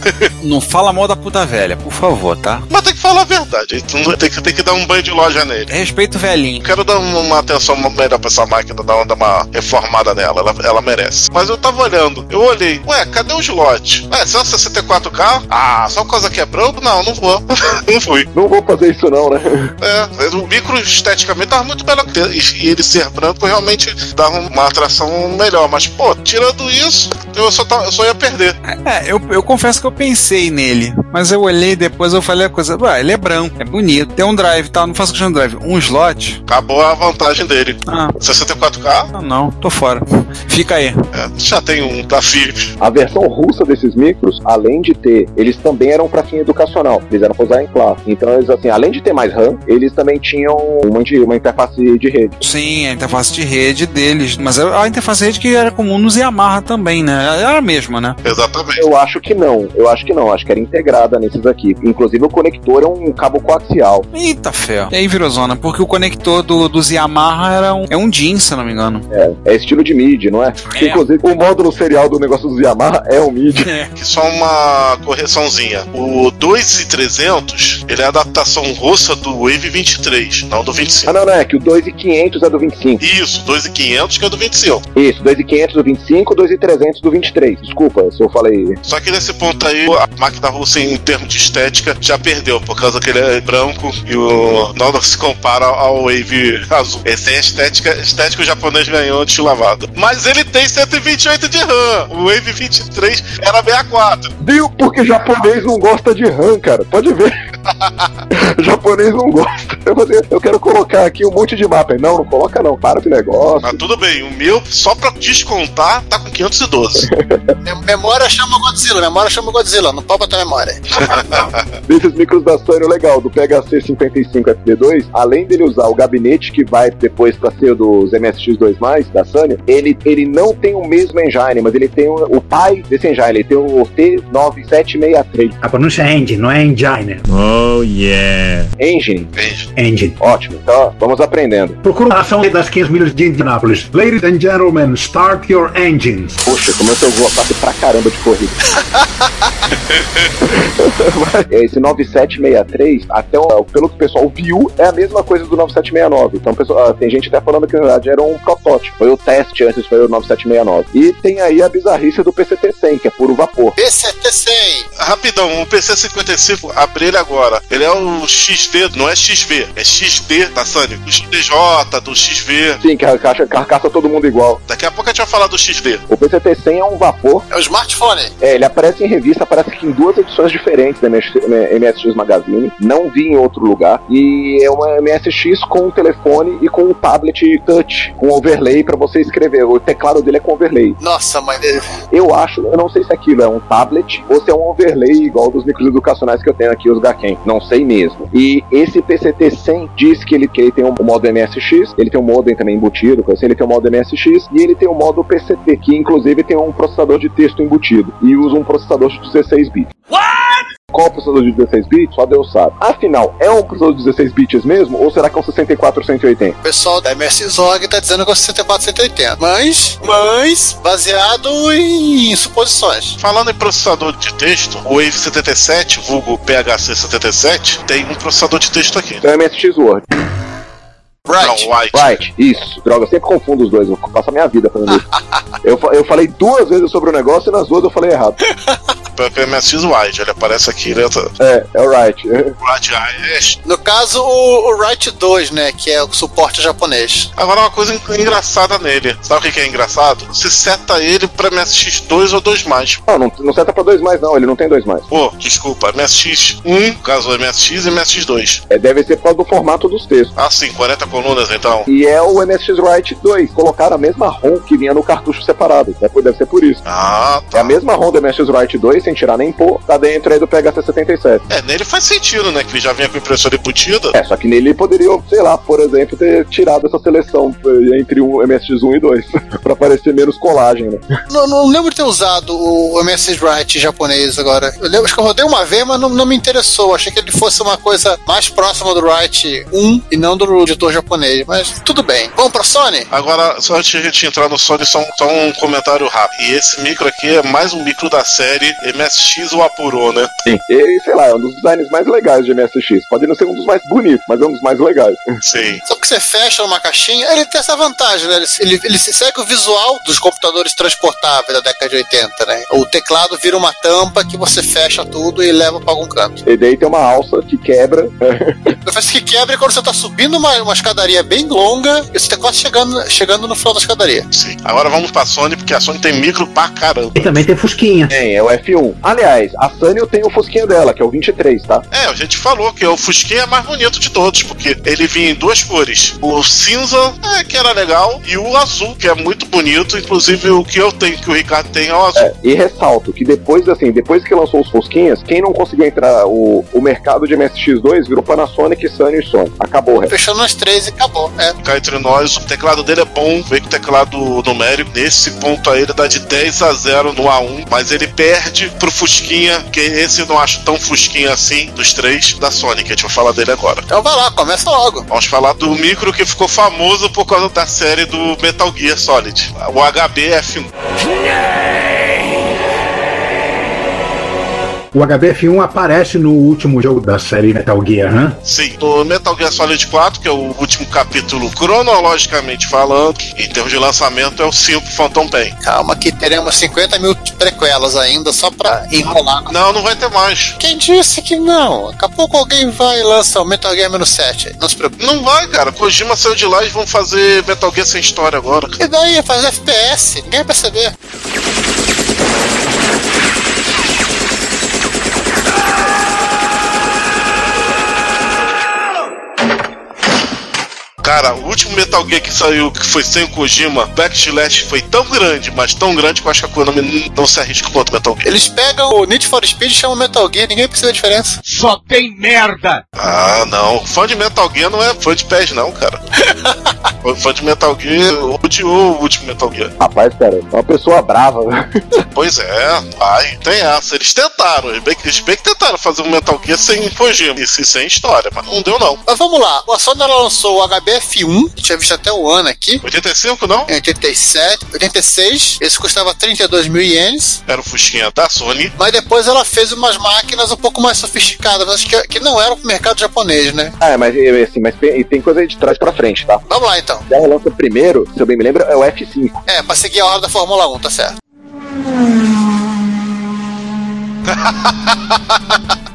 Speaker 6: Não fala mal da puta velha, por favor, tá?
Speaker 4: Mas tem que falar a verdade. tu não- Tem que, tem que dar um banho de loja nele.
Speaker 6: Respeito o velhinho.
Speaker 4: Quero dar um- uma uma atenção melhor pra essa máquina, dar uma, dar uma reformada nela, ela, ela merece. Mas eu tava olhando, eu olhei, ué, cadê o slot? Ué, só 64K? Ah, Ah, só por causa que é branco? Não, não vou. não fui.
Speaker 3: Não vou fazer isso não, né?
Speaker 4: É, o micro esteticamente tava muito melhor. que ele. E ele ser branco realmente dava uma atração melhor. Mas, pô, tirando isso, eu só, tava- eu só ia perder.
Speaker 6: É, eu, eu confesso que eu pensei nele, mas eu olhei depois eu falei a coisa, ué, ele é branco, é bonito, tem um drive, tá? Não faço questão de drive, um slot.
Speaker 4: Acabou a vantagem dele. 64K?
Speaker 6: Não, não, tô fora. Fica aí.
Speaker 4: já tem um da Philips.
Speaker 3: A versão russa desses micros, além de ter, eles também eram pra fim educacional, eles eram pra usar em classe. Então eles, assim, além de ter mais RAM, eles também tinham uma, de- uma interface de rede.
Speaker 6: Sim, a interface de rede deles, mas era a interface de rede que era comum nos Yamaha também, né? Era a mesma, né?
Speaker 4: Exatamente.
Speaker 3: Eu acho que não, eu acho que não, acho que era integrada nesses aqui. Inclusive o conector é um cabo coaxial.
Speaker 6: Eita ferro. E aí virou zona, porque o conector do, dos Yamaha era um, é um DIN, se eu não me engano.
Speaker 3: É, é estilo de MIDI, não é?
Speaker 6: É.
Speaker 3: Inclusive o módulo serial do negócio dos Yamaha é o MIDI.
Speaker 4: Aqui só uma correçãozinha. O 2300, ele é a adaptação russa do Wave 23, não do 25.
Speaker 3: Ah, não, não, é que o 2500 é do 25.
Speaker 4: Isso, 2500 que é do 25.
Speaker 3: Isso, 2500 do 25, 2300 do 23. Desculpa se eu falei.
Speaker 4: Só que nesse ponto aí, a máquina russa, em termos de estética, já perdeu, por causa que ele é branco e o não se compara ao Wave azul. Esse é a estética, estética que o japonês ganhou de lavado. Mas ele tem 128 de RAM. O Wave 23 era 64.
Speaker 3: Viu? Porque japonês não gosta de RAM, cara. Pode ver. japonês não gosta. Eu, falei, eu quero colocar aqui um monte de mapa. Não, não coloca não. Para com o negócio.
Speaker 4: Mas tudo bem, o meu, só pra descontar, tá com 512.
Speaker 2: Memória chama Godzilla, memória chama Godzilla, não pode botar memória.
Speaker 3: Desses micros da Sony, o legal do PHC 55FD2, além dele usar o gabinete que vai depois pra ser o dos MSX2+, da Sony, ele, ele não tem o mesmo engine, mas ele tem o, o pai desse engine, ele tem o T9763.
Speaker 5: A pronúncia é engine, não é engine.
Speaker 3: Oh, yeah. Engine.
Speaker 5: Engine.
Speaker 3: Ótimo, então vamos aprendendo.
Speaker 5: Procura uma ação das 500 milhas de Indianápolis. Ladies and gentlemen, start your engines.
Speaker 3: Poxa, como eu tô gostado pra caramba de corrida. Esse 9763, até o- pelo que o pessoal viu, é a mesma coisa do 9769. Então, pessoal, ah, tem gente até falando que na verdade era um protótipo. Foi o teste antes, foi o 9769. E tem aí a bizarrice do PCT-100, que é puro vapor.
Speaker 4: PCT-100. Rapidão, um o PC-55, abri ele agora. Ele é o XD, não é XV, é XD da Sony. O XDJ, do XV.
Speaker 3: Sim, que a caixa- carcaça todo mundo igual.
Speaker 4: Daqui a pouco a gente vai falar do XD.
Speaker 3: O PCT-100 é um vapor.
Speaker 2: É o smartphone.
Speaker 3: É, ele aparece em revista, aparece que em duas edições diferentes da MSX Magazine. Não vi em outro lugar. E é uma MSX com um telefone e com um tablet touch, com overlay pra você escrever. O teclado dele é com overlay.
Speaker 2: Nossa, mas.
Speaker 3: Eu acho, eu não sei se aquilo é um tablet ou se é um overlay igual dos micros educacionais que eu tenho aqui, os Gaken. Não sei mesmo. E esse PCT-100 diz que ele, que ele tem um modo MSX, ele tem um modem também embutido, coisa assim, ele tem um modo MSX e ele tem um modo PCT, que inclusive tem um processador de texto embutido e usa um processador de 16 bits. Qual processador de 16 bits? Só Deus sabe. Afinal, é um processador de 16 bits mesmo ou será que é um 64-180?
Speaker 2: O pessoal da MS Zog tá dizendo que é o 64180. Mas, mas, baseado em suposições.
Speaker 4: Falando em processador de texto, o Wave 77, vulgo PHC 77, tem um processador de texto aqui.
Speaker 3: Então é MSX Word.
Speaker 4: Right. Não, White.
Speaker 3: Right, isso. Droga, eu sempre confundo os dois. Eu passo a minha vida fazendo isso. eu, fa- eu falei duas vezes sobre o negócio e nas duas eu falei errado.
Speaker 4: Porque é MSX White, ele aparece aqui, né?
Speaker 3: É, é o Right.
Speaker 4: Right, Ash.
Speaker 2: No caso, o, o Right 2, né? Que é o suporte japonês.
Speaker 4: Agora uma coisa en- engraçada nele. Sabe o que que é engraçado? Você seta ele pra MSX2 ou 2 mais.
Speaker 3: Não, não, não seta pra dois mais, não. Ele não tem dois mais.
Speaker 4: Pô, desculpa, MSX1, caso MSX e MSX2.
Speaker 3: É, deve ser por causa do formato dos textos.
Speaker 4: Ah, sim, 40 colunas então.
Speaker 3: E é o MSX Right 2. Colocaram a mesma ROM que vinha no cartucho separado. Deve, deve ser por isso.
Speaker 4: Ah,
Speaker 3: É a mesma ROM do MSX Right 2, sem tirar nem pôr, tá dentro aí do PHC-77.
Speaker 4: É, nele faz sentido, né? Que ele já vinha com impressora embutida.
Speaker 3: É, só que nele poderiam, sei lá, por exemplo, ter tirado essa seleção eh, entre um MSX1 e 2, pra parecer menos colagem, né?
Speaker 2: Não, não lembro de ter usado o MS Right japonês agora. Eu lembro acho que eu rodei uma vez, mas não, não me interessou. Eu Achei que ele fosse uma coisa mais próxima do Right 1 e não do editor japonês. Mas tudo bem. Vamos pra Sony?
Speaker 4: Agora, só antes de a gente entrar no Sony, só um, só um comentário rápido. E esse micro aqui é mais um micro da série MSX ou Apurô, né?
Speaker 3: Sim. E, sei lá, é um dos designs mais legais de MSX. Pode não ser um dos mais bonitos, mas é um dos mais legais.
Speaker 4: Sim.
Speaker 2: Só que você fecha numa caixinha, ele tem essa vantagem, né? Ele, ele, ele se segue o visual dos computadores transportáveis da década de 80, né? O teclado vira uma tampa que você fecha tudo e leva pra algum canto.
Speaker 3: E daí tem uma alça que quebra.
Speaker 2: Eu faço que quebra quando você tá subindo uma, uma escadaria bem longa e você tá quase chegando, chegando no final da escadaria.
Speaker 4: Sim. Agora vamos pra Sony, porque a Sony tem micro pra caramba.
Speaker 5: E também tem Fusquinha.
Speaker 3: Tem, é o F1. Aliás, a Sunny eu tenho o Fusquinha dela, que é o 23, tá?
Speaker 4: É, a gente falou que o Fusquinha é mais bonito de todos, porque ele vinha em duas cores. O cinza, é, que era legal, e o azul, que é muito bonito. Inclusive, o que eu tenho, que o Ricardo tem, é o azul.
Speaker 3: É, e ressalto que depois, assim, depois que lançou os Fusquinhas, quem não conseguiu entrar o, o mercado de MSX2 virou Panasonic, Sunny e Sony. Acabou, resto.
Speaker 2: Fechou nas três e acabou. É.
Speaker 4: Cá entre nós, o teclado dele é bom, veio com o teclado numérico. Nesse ponto aí, ele dá de 10 a 0 no A1, mas ele perde pro Fusquinha, que esse eu não acho tão Fusquinha assim, dos três, da Sony, que a gente vai falar dele agora.
Speaker 2: Então vai lá, começa logo.
Speaker 4: Vamos falar do micro que ficou famoso por causa da série do Metal Gear Solid, o HBF1.
Speaker 5: O HBF1 aparece no último jogo da série Metal Gear, né?
Speaker 4: Sim, no Metal Gear Solid 4, que é o último capítulo cronologicamente falando, em termos de lançamento, é o 5 Phantom Pain.
Speaker 2: Calma que teremos 50 mil prequelas ainda, só pra enrolar.
Speaker 4: Não, não vai ter mais.
Speaker 2: Quem disse que não? Daqui a pouco alguém vai e lança o Metal Gear menos 7. Não se preocupe.
Speaker 4: Não vai, cara. Kojima saiu de lá e vão fazer Metal Gear sem história agora.
Speaker 2: E daí? Faz um FPS, ninguém vai perceber.
Speaker 4: Cara, o último Metal Gear que saiu, que foi sem o Kojima, Backslash foi tão grande, mas tão grande que eu acho que a Konami não se arrisca quanto o Metal Gear.
Speaker 2: Eles pegam o Need for Speed e chamam Metal Gear, ninguém percebeu a diferença.
Speaker 12: Só tem merda!
Speaker 4: Ah, não. Fã de Metal Gear não é fã de pés, não, cara. fã de Metal Gear odiou o último Metal Gear.
Speaker 3: Rapaz, cara, é uma pessoa brava, né?
Speaker 4: Pois é, vai. Tem essa. Eles tentaram, eles bem, eles bem que tentaram fazer um Metal Gear sem Kojima e sem história, mas não deu, não.
Speaker 2: Mas vamos lá, a Sony ela lançou o HB F1, tinha visto até o ano aqui.
Speaker 4: 85, não?
Speaker 2: Em 87, 86. Esse custava 32 mil ienes.
Speaker 4: Era o Fusquinha da Sony.
Speaker 2: Mas depois ela fez umas máquinas um pouco mais sofisticadas, mas que, que não eram pro mercado japonês, né?
Speaker 3: Ah, é, mas, assim, mas tem, tem coisa aí de trás pra frente, tá?
Speaker 2: Vamos lá então.
Speaker 3: Ela lança primeiro, se eu bem me lembro, é o F5.
Speaker 2: É, pra seguir a hora da Fórmula 1, tá certo.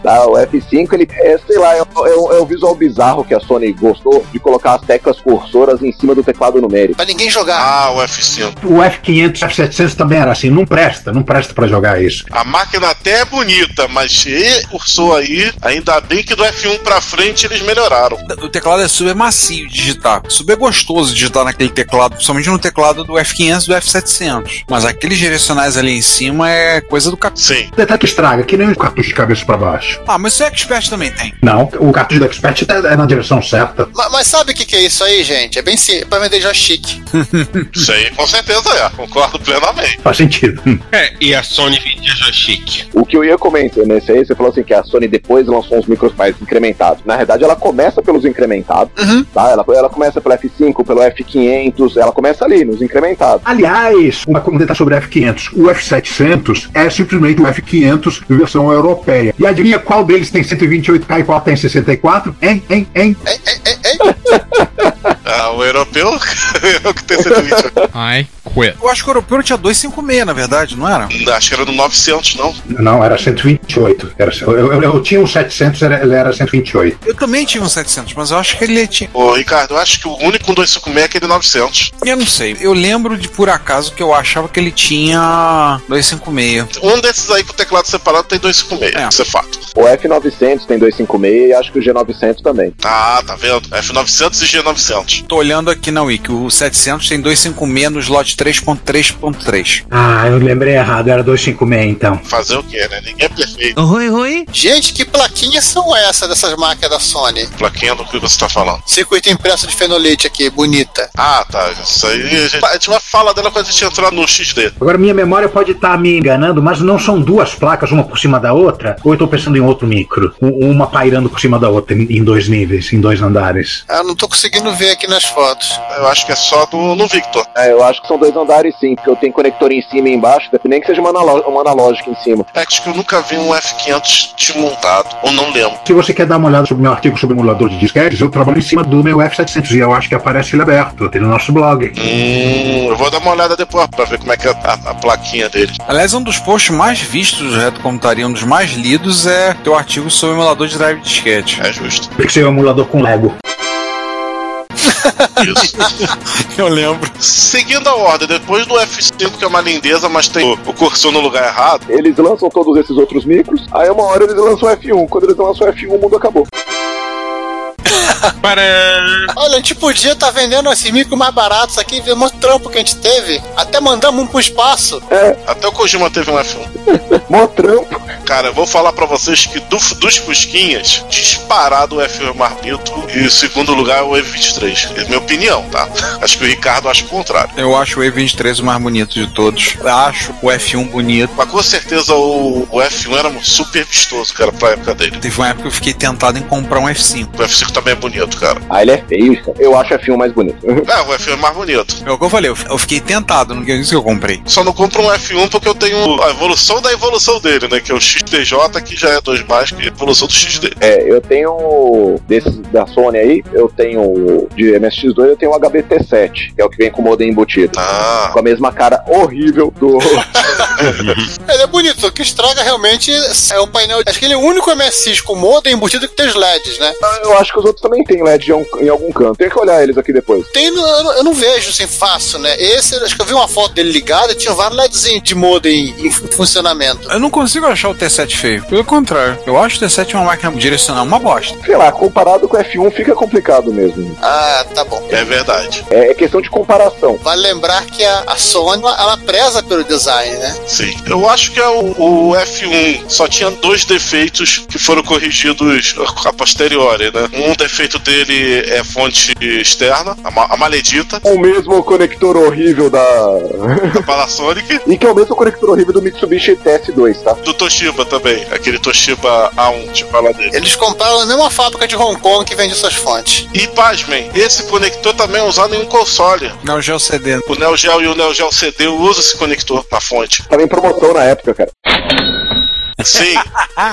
Speaker 3: Tá, o F5, ele é, sei lá, é, é, é, o visual bizarro que a Sony gostou de colocar as teclas cursoras em cima do teclado numérico.
Speaker 2: Pra ninguém jogar.
Speaker 4: Ah, o F5.
Speaker 5: O F500, F700 também era assim, não presta, não presta pra jogar isso.
Speaker 4: A máquina até é bonita, mas e cursou aí, ainda bem que do F1 pra frente eles melhoraram.
Speaker 6: O teclado é super macio de digitar, super gostoso de digitar naquele teclado, principalmente no teclado do F500 e do F700. Mas aqueles direcionais ali em cima é coisa do capítulo.
Speaker 4: Sim.
Speaker 5: Detalhe que estraga, que nem um cartucho de cabeça pra baixo.
Speaker 6: Ah, mas o Expert também tem.
Speaker 5: Não, o cartucho do Expert é na direção certa.
Speaker 2: Mas, mas sabe o que, que, é isso aí, gente? É bem sim, pra vender já chique.
Speaker 4: isso aí, com certeza é. Concordo plenamente.
Speaker 5: Faz sentido.
Speaker 10: É, e a Sony vendia já chique.
Speaker 3: O que eu ia comentar nesse aí, você falou assim que a Sony depois lançou uns micros mais incrementados. Na verdade, ela começa pelos incrementados,
Speaker 2: uhum.
Speaker 3: tá? Ela, ela começa pelo F5, pelo F500, ela começa ali, nos incrementados.
Speaker 5: Aliás, uma comentar sobre o F500. O F700 é simplesmente o F500 versão europeia. E adivinha qual deles tem 128K e qual tem 64? Hein, hein, hein?
Speaker 4: É,
Speaker 2: Ei, ei, ei,
Speaker 4: ah, o europeu? o que tem 128K.
Speaker 10: Ai, quit.
Speaker 6: Eu acho que o europeu tinha 256, na verdade, não era?
Speaker 4: Acho que era no 900, não.
Speaker 5: Não, era 128. Era, eu, eu, eu tinha um 700, era, ele era 128.
Speaker 6: Eu também tinha um 700, mas eu acho que ele tinha.
Speaker 4: Ô, Ricardo, eu acho que o único com 256 é aquele 900.
Speaker 6: Eu não sei. Eu lembro de, por acaso, que eu achava que ele tinha 256.
Speaker 4: Um desses aí com o teclado separado tem 256. É. Isso é fato.
Speaker 3: O F900 tem 256 e acho que o G900 também.
Speaker 4: Ah, tá vendo? F900 e G900.
Speaker 6: Tô olhando aqui na Wiki. O 700 tem 256 no slot 3.3.3.
Speaker 5: Ah, eu lembrei errado. Era 256 então.
Speaker 4: Fazer o quê, né? Ninguém é perfeito.
Speaker 13: Rui, Rui.
Speaker 2: Gente, que plaquinhas são essas dessas máquinas da Sony?
Speaker 4: Plaquinha do que você tá falando?
Speaker 2: Circuito impresso de fenolite aqui, bonita.
Speaker 4: Ah, tá. Isso aí a gente, a gente vai falar dela quando a gente entrar no XD.
Speaker 5: Agora, minha memória pode estar tá me enganando, mas não são duas placas, uma por cima da outra? Ou eu tô pensando em outro micro. Uma pairando por cima da outra, em dois níveis, em dois andares.
Speaker 2: Ah, não tô conseguindo ver aqui nas fotos.
Speaker 4: Eu acho que é só do no Victor.
Speaker 3: É, eu acho que são dois andares sim, porque eu tenho conector em cima e embaixo, nem que seja uma, analo- uma analógica em cima.
Speaker 4: É, acho que eu nunca vi um F500 desmontado, ou não lembro.
Speaker 5: Se você quer dar uma olhada sobre meu artigo sobre emulador de disquetes, eu trabalho em cima do meu F700 e eu acho que aparece ele aberto tem no nosso blog.
Speaker 4: Hum, eu vou dar uma olhada depois pra ver como é que é a, a plaquinha dele.
Speaker 6: Aliás, um dos posts mais vistos do Retrocomputaria, um dos mais lidos, é teu artigo sobre o emulador de drive de disquete.
Speaker 4: É justo.
Speaker 5: Tem que ser um emulador com Lego.
Speaker 6: É Eu lembro.
Speaker 4: Seguindo a ordem, depois do F5, que é uma lindeza, mas tem o, o cursor no lugar errado.
Speaker 3: Eles lançam todos esses outros micros, aí uma hora eles lançam o F1. Quando eles lançam o F1, o mundo acabou.
Speaker 2: Olha, a gente podia estar vendendo esses micro mais baratos aqui, vê um trampo que a gente teve. Até mandamos um pro espaço.
Speaker 4: Até o Kojima teve um F1.
Speaker 3: Mó trampo.
Speaker 4: Cara, eu vou falar pra vocês que do- dos Fusquinhas, disparado o F1 é mais bonito e o segundo lugar é o E23. É minha opinião, tá? Acho que o Ricardo acha o contrário.
Speaker 6: Eu acho o E23 o mais bonito de todos. Acho o F1 bonito.
Speaker 4: Mas com certeza o, o F1 era super vistoso, cara, pra época dele.
Speaker 6: Teve uma época que eu fiquei tentado em comprar um F5.
Speaker 4: O F5 também é bonito, cara.
Speaker 3: Ah, ele é feio, cara. Eu acho o F1 mais bonito.
Speaker 4: É, o F1 é mais bonito.
Speaker 6: É o que eu falei, eu fi- eu fiquei tentado, não é isso que eu comprei.
Speaker 4: Só não compro um F1 porque eu tenho a evolução da evolução dele, né? Que é o XTJ, que já é 2 mais, que é a evolução do XD.
Speaker 3: É, eu tenho desses da Sony aí, eu tenho o de MSX2, eu tenho o HBT7, que é o que vem com o modem embutido.
Speaker 4: Ah.
Speaker 3: Com a mesma cara horrível do.
Speaker 2: Ele é bonito, o que estraga realmente é o painel. Acho que ele é o único MSX com modem embutido que tem os LEDs, né?
Speaker 3: Ah, eu acho que os outros também têm LED em algum- em algum canto. Tem que olhar eles aqui depois.
Speaker 2: Tem, no- eu, não- eu não vejo assim fácil, né? Esse, acho que eu vi uma foto dele ligada, tinha vários LEDzinhos de modem em fu- funcionamento.
Speaker 6: Eu não consigo achar o T7 feio. Pelo contrário, eu acho o T7 uma máquina direcional, uma bosta.
Speaker 3: Sei lá, comparado com o F1 fica complicado mesmo.
Speaker 2: Ah, tá bom.
Speaker 4: É verdade.
Speaker 3: É, é questão de comparação.
Speaker 2: Vale lembrar que a, a Sony, ela ela preza pelo design, né?
Speaker 4: Sim. Eu acho que é o, o F1 só tinha dois defeitos que foram corrigidos a posteriori, né? Um defeito dele é fonte externa, a, ma- a maledita,
Speaker 3: O mesmo conector horrível da.
Speaker 4: da Panasonic,
Speaker 3: e que é o mesmo conector horrível do Mitsubishi TS2, tá?
Speaker 4: do Toshiba também, aquele Toshiba A1, de falar dele.
Speaker 2: Eles compraram a mesma fábrica de Hong Kong que vende essas fontes.
Speaker 4: E pasmem, esse conector também é usado em um console.
Speaker 6: Não, já é o né? CD.
Speaker 4: O Neo Geo e o Neo Geo CD usam esse conector na fonte.
Speaker 3: Tava em promoção na época, cara.
Speaker 4: Sim,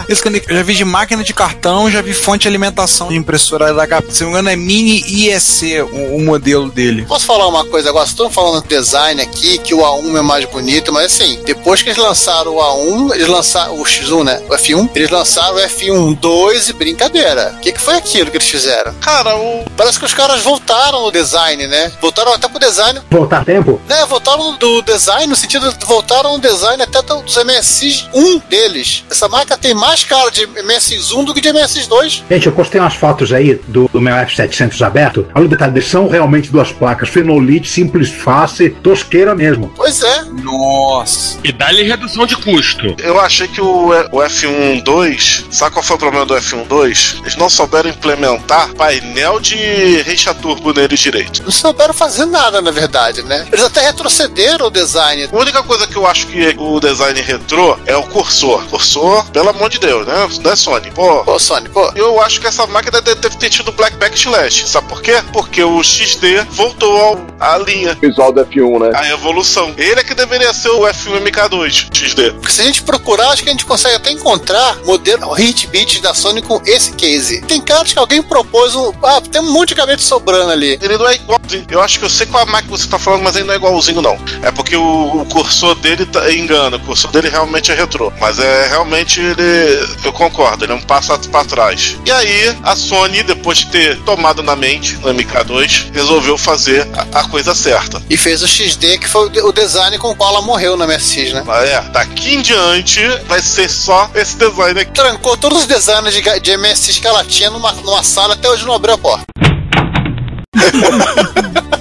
Speaker 6: Esse conector, eu já vi de máquina de cartão, já vi fonte de alimentação de impressora da HP. Se não me engano, é mini IEC o, o modelo dele.
Speaker 2: Posso falar uma coisa agora? Estão falando do design aqui, que o A1 é mais bonito, mas assim, depois que eles lançaram o A1, eles lançaram o X1, né? O F1, eles lançaram o F1 2 e brincadeira. O que, que foi aquilo que eles fizeram?
Speaker 4: cara, o.
Speaker 2: Parece que os caras voltaram no design, né? Voltaram até pro design.
Speaker 5: Voltar tempo?
Speaker 2: Né, voltaram do design, no sentido de voltaram no design até do- dos MSX 1 deles. Essa marca tem mais cara de MSX 1 do que de MSX 2.
Speaker 5: Gente, eu postei umas fotos aí do, do meu F700 aberto. Olha o detalhe, são realmente duas placas. Fenolite, simples face, tosqueira mesmo.
Speaker 2: Pois é.
Speaker 6: Nossa.
Speaker 10: E dá-lhe redução de custo.
Speaker 4: Eu achei que o, o F1.2, sabe qual foi o problema do F1.2? Eles não souberam implementar painel de reixa turbo nele direito.
Speaker 2: Não souberam fazer nada, na verdade, né? Eles até retrocederam o design.
Speaker 4: A única coisa que eu acho que o design retrô é o cursor. Cursor, pelo amor de Deus, né? Não é Sony. Pô,
Speaker 2: Pô, Sony, pô.
Speaker 4: eu acho que essa máquina de- deve ter tido um Black Backslash. Sabe por quê? Porque o XD voltou ao- à linha,
Speaker 3: Visual do F1, né?
Speaker 4: à evolução. Ele é que deveria ser o F1MK2 XD.
Speaker 2: Porque se a gente procurar, acho que a gente consegue até encontrar modelo hit beat da Sony com esse case. Tem caras que alguém propôs um. Ah, tem um monte de gabinete sobrando ali.
Speaker 4: Ele não é igualzinho. Eu acho que eu sei qual a máquina que você tá falando, mas ele não é igualzinho, não. É porque o, o cursor dele tá, engana. O cursor dele realmente é retrô. Mas é realmente ele. Eu concordo, ele é um passo a- pra trás. E aí, a Sony, depois de ter tomado na mente no MK2, resolveu fazer a, a coisa certa.
Speaker 2: E fez o XD, que foi o de- o design com o qual ela morreu na MSX, né?
Speaker 4: Ah, É, daqui em diante vai ser só esse design aqui.
Speaker 2: Trancou todos os designs de, ga- de MSX que ela tinha numa, numa sala até hoje não abriu a porta.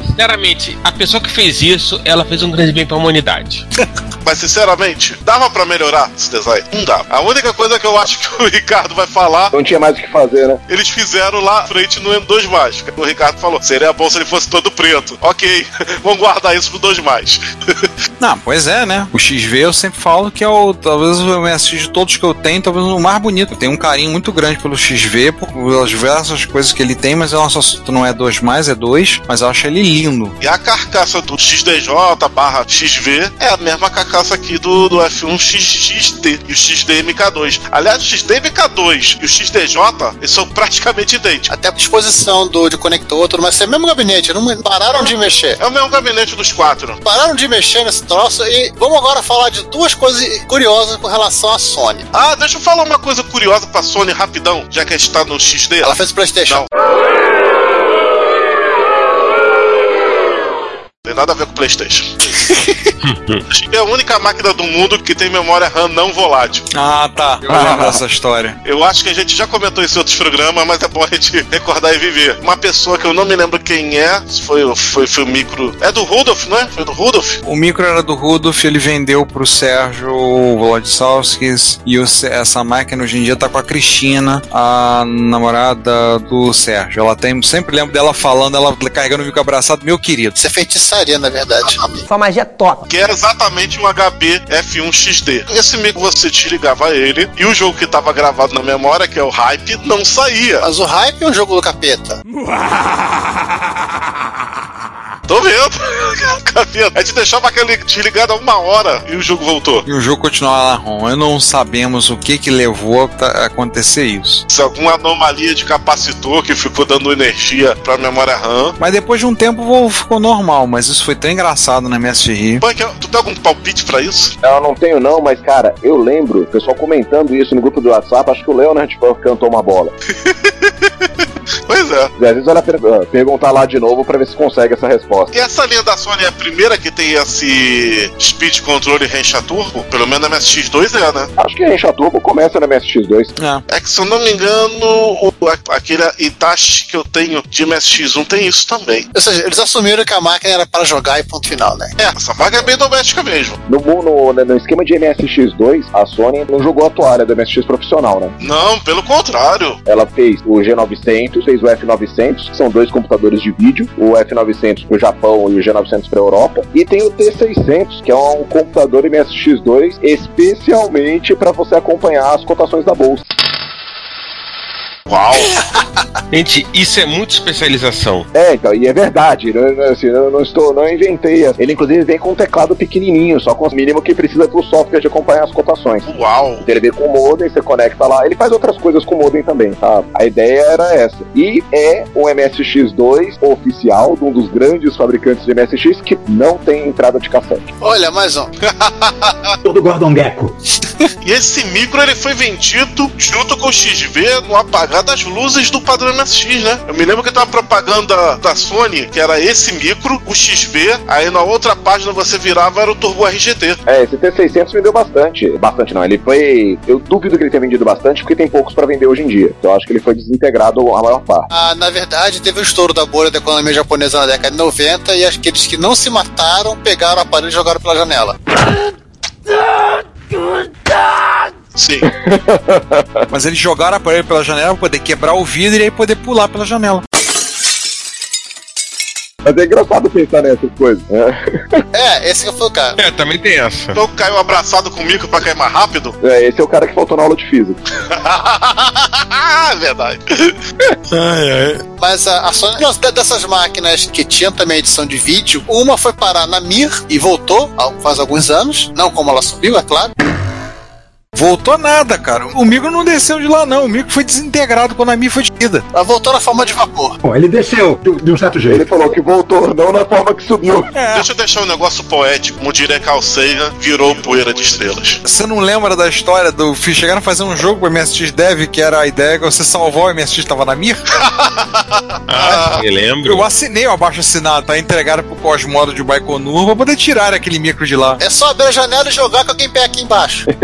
Speaker 10: Sinceramente, a pessoa que fez isso, ela fez um grande bem pra humanidade.
Speaker 4: Mas sinceramente, dava pra melhorar esse design? Não dava. A única coisa que eu acho que o Ricardo vai falar
Speaker 3: Não tinha mais o que fazer, né?
Speaker 4: eles fizeram lá à frente no M2 mais. O Ricardo falou: seria bom se ele fosse todo preto. Ok, vamos guardar isso pro 2 mais.
Speaker 6: Não, pois é, né? O XV eu sempre falo que é o talvez o MSX de todos que eu tenho, talvez o mais bonito. Eu tenho um carinho muito grande pelo XV, por- pelas diversas coisas que ele tem, mas eu nossa, não é dois mais, é dois, mas eu acho ele lindo.
Speaker 4: E a carcaça do XDJ barra XV é a mesma carcaça aqui do, um do F1 XXT e o XDMK2. Aliás, o XDMK2 e o XDJ eles são praticamente idênticos.
Speaker 2: Até a disposição do, de conector, tudo, mas é o mesmo gabinete, não pararam de mexer.
Speaker 4: É o mesmo gabinete dos quatro.
Speaker 2: Pararam de mexer nesse troço e vamos agora falar de duas coisas curiosas com relação à Sony.
Speaker 4: Ah, deixa eu falar uma coisa curiosa pra Sony rapidão, já que a gente tá no XD.
Speaker 2: Ela fez o PlayStation.
Speaker 4: Tem nada a ver com o PlayStation. é a única máquina do mundo que tem memória RAM não volátil.
Speaker 6: Ah, tá. Eu lembro dessa história.
Speaker 4: Eu acho que a gente já comentou isso em outros programas, mas é bom a gente recordar e viver. Uma pessoa que eu não me lembro quem é, se foi, o- foi, foi o micro. É do Rudolf, não é? Foi do Rudolf?
Speaker 6: O micro era do Rudolf, ele vendeu pro Sérgio Vladislavskis e o Sé- essa máquina hoje em dia tá com a Cristina, a namorada do Sérgio. Ela tem, sempre lembro dela falando, ela carregando o micro abraçado, meu querido.
Speaker 2: Isso é feitiçaria, na verdade.
Speaker 9: Sua magia top.
Speaker 4: Que era exatamente um HB F1XD. Esse micro você desligava ele e o jogo que tava gravado na memória, que é o Hype, não saía. Ah,
Speaker 2: Mas o Hype é um jogo do capeta.
Speaker 4: Tô vendo. Capeta. A gente deixava aquele desligado há uma hora e o jogo voltou.
Speaker 6: E o jogo continuava na ROM. Eu não sabemos o que que levou a ta- a acontecer isso.
Speaker 4: Se alguma anomalia de capacitor que ficou dando energia pra memória RAM.
Speaker 6: Mas depois de um tempo vo- ficou normal, mas isso foi tão engraçado na MSX.
Speaker 4: Punk, tu tem algum palpite pra isso?
Speaker 3: Eu não tenho não, mas cara, eu lembro, o pessoal comentando isso no grupo do WhatsApp, acho que o Leonard Fan cantou uma bola.
Speaker 4: Pois é.
Speaker 3: Às vezes ela per- ah, perguntar lá de novo pra ver se consegue essa resposta.
Speaker 4: E essa linha da Sony é a primeira que tem esse Speed Controle Rencha Turbo? Pelo menos na MSX2 é, né?
Speaker 3: Acho que a Encha Turbo começa na MSX2.
Speaker 4: É que se eu não me engano, o- a- aquele Itachi que eu tenho de MSX1 tem isso também.
Speaker 2: Ou seja, eles assumiram que a máquina era para jogar e ponto final, né?
Speaker 4: É, essa vaga é bem doméstica mesmo.
Speaker 3: No, mu- no, no esquema de MSX2, a Sony não jogou a toalha do MSX profissional, né?
Speaker 4: Não, pelo contrário.
Speaker 3: Ela fez o G900, fez o F900, que são dois computadores de vídeo, o F900 para o Japão e o G900 para a Europa, e tem o T600, que é um computador MSX2 especialmente para você acompanhar as cotações da bolsa.
Speaker 4: Uau!
Speaker 10: Gente, isso é muita especialização.
Speaker 3: É, então, e é verdade, né, né, assim, eu não estou, não inventei. Ele inclusive vem com um teclado pequenininho, só com o mínimo que precisa pro software de acompanhar as cotações.
Speaker 4: Uau!
Speaker 3: Ele vem com o modem, você conecta lá. Ele faz outras coisas com o modem também, tá? A ideia era essa. E é um MSX2 oficial de um dos grandes fabricantes de MSX que não tem entrada de cassete.
Speaker 2: Olha, mais um.
Speaker 5: Todo Gordon Gecko.
Speaker 4: E esse micro ele foi vendido junto com o XV no apagar das luzes do padrão MSX, né? Eu me lembro que tem uma propaganda da Sony que era esse micro, o XV, aí na outra página você virava era o Turbo RGT.
Speaker 3: É, esse T600 vendeu bastante. Bastante não, ele foi. Eu duvido que ele tenha vendido bastante porque tem poucos pra vender hoje em dia. Então eu acho que ele foi desintegrado a maior parte.
Speaker 2: Ah, na verdade, teve o estouro da bolha da economia japonesa na década de 90 e aqueles que não se mataram pegaram o aparelho e jogaram pela janela.
Speaker 4: Sim.
Speaker 6: Mas eles jogaram o aparelho pela janela pra poder quebrar o vidro e aí poder pular pela janela.
Speaker 3: Mas é engraçado pensar nessas coisas, né?
Speaker 2: É, esse que foi o cara.
Speaker 10: É, também tem essa.
Speaker 4: Então caiu abraçado com o micro pra cair mais rápido?
Speaker 3: É, esse é o cara que faltou na aula de física.
Speaker 4: Ah, verdade.
Speaker 2: Mas a, a Sony, não, de- dessas máquinas que tinham também edição de vídeo, uma foi parar na Mir e voltou há- faz alguns anos. Não como ela subiu, é claro.
Speaker 6: Voltou nada, cara. O micro não desceu de lá, não. O micro foi desintegrado quando a Mi foi tirada.
Speaker 2: Ela voltou na forma de vapor.
Speaker 5: Bom, ele desceu de, de um certo
Speaker 3: Ele
Speaker 5: jeito.
Speaker 3: falou que voltou, não na forma que subiu.
Speaker 6: É.
Speaker 4: Deixa eu deixar um negócio poético. Como diria Carl Sagan, virou poeira de estrelas.
Speaker 6: Você não lembra da história do. Chegaram a fazer um jogo pro MSX Dev, que era a ideia que você salvou o MSX tava na Mir?
Speaker 10: Ah, me lembro.
Speaker 6: Eu assinei o abaixo assinado, tá entregado pro Cosmodo de Baikonur pra poder tirar aquele micro de lá.
Speaker 2: É só abrir a janela e jogar que alguém pega aqui embaixo.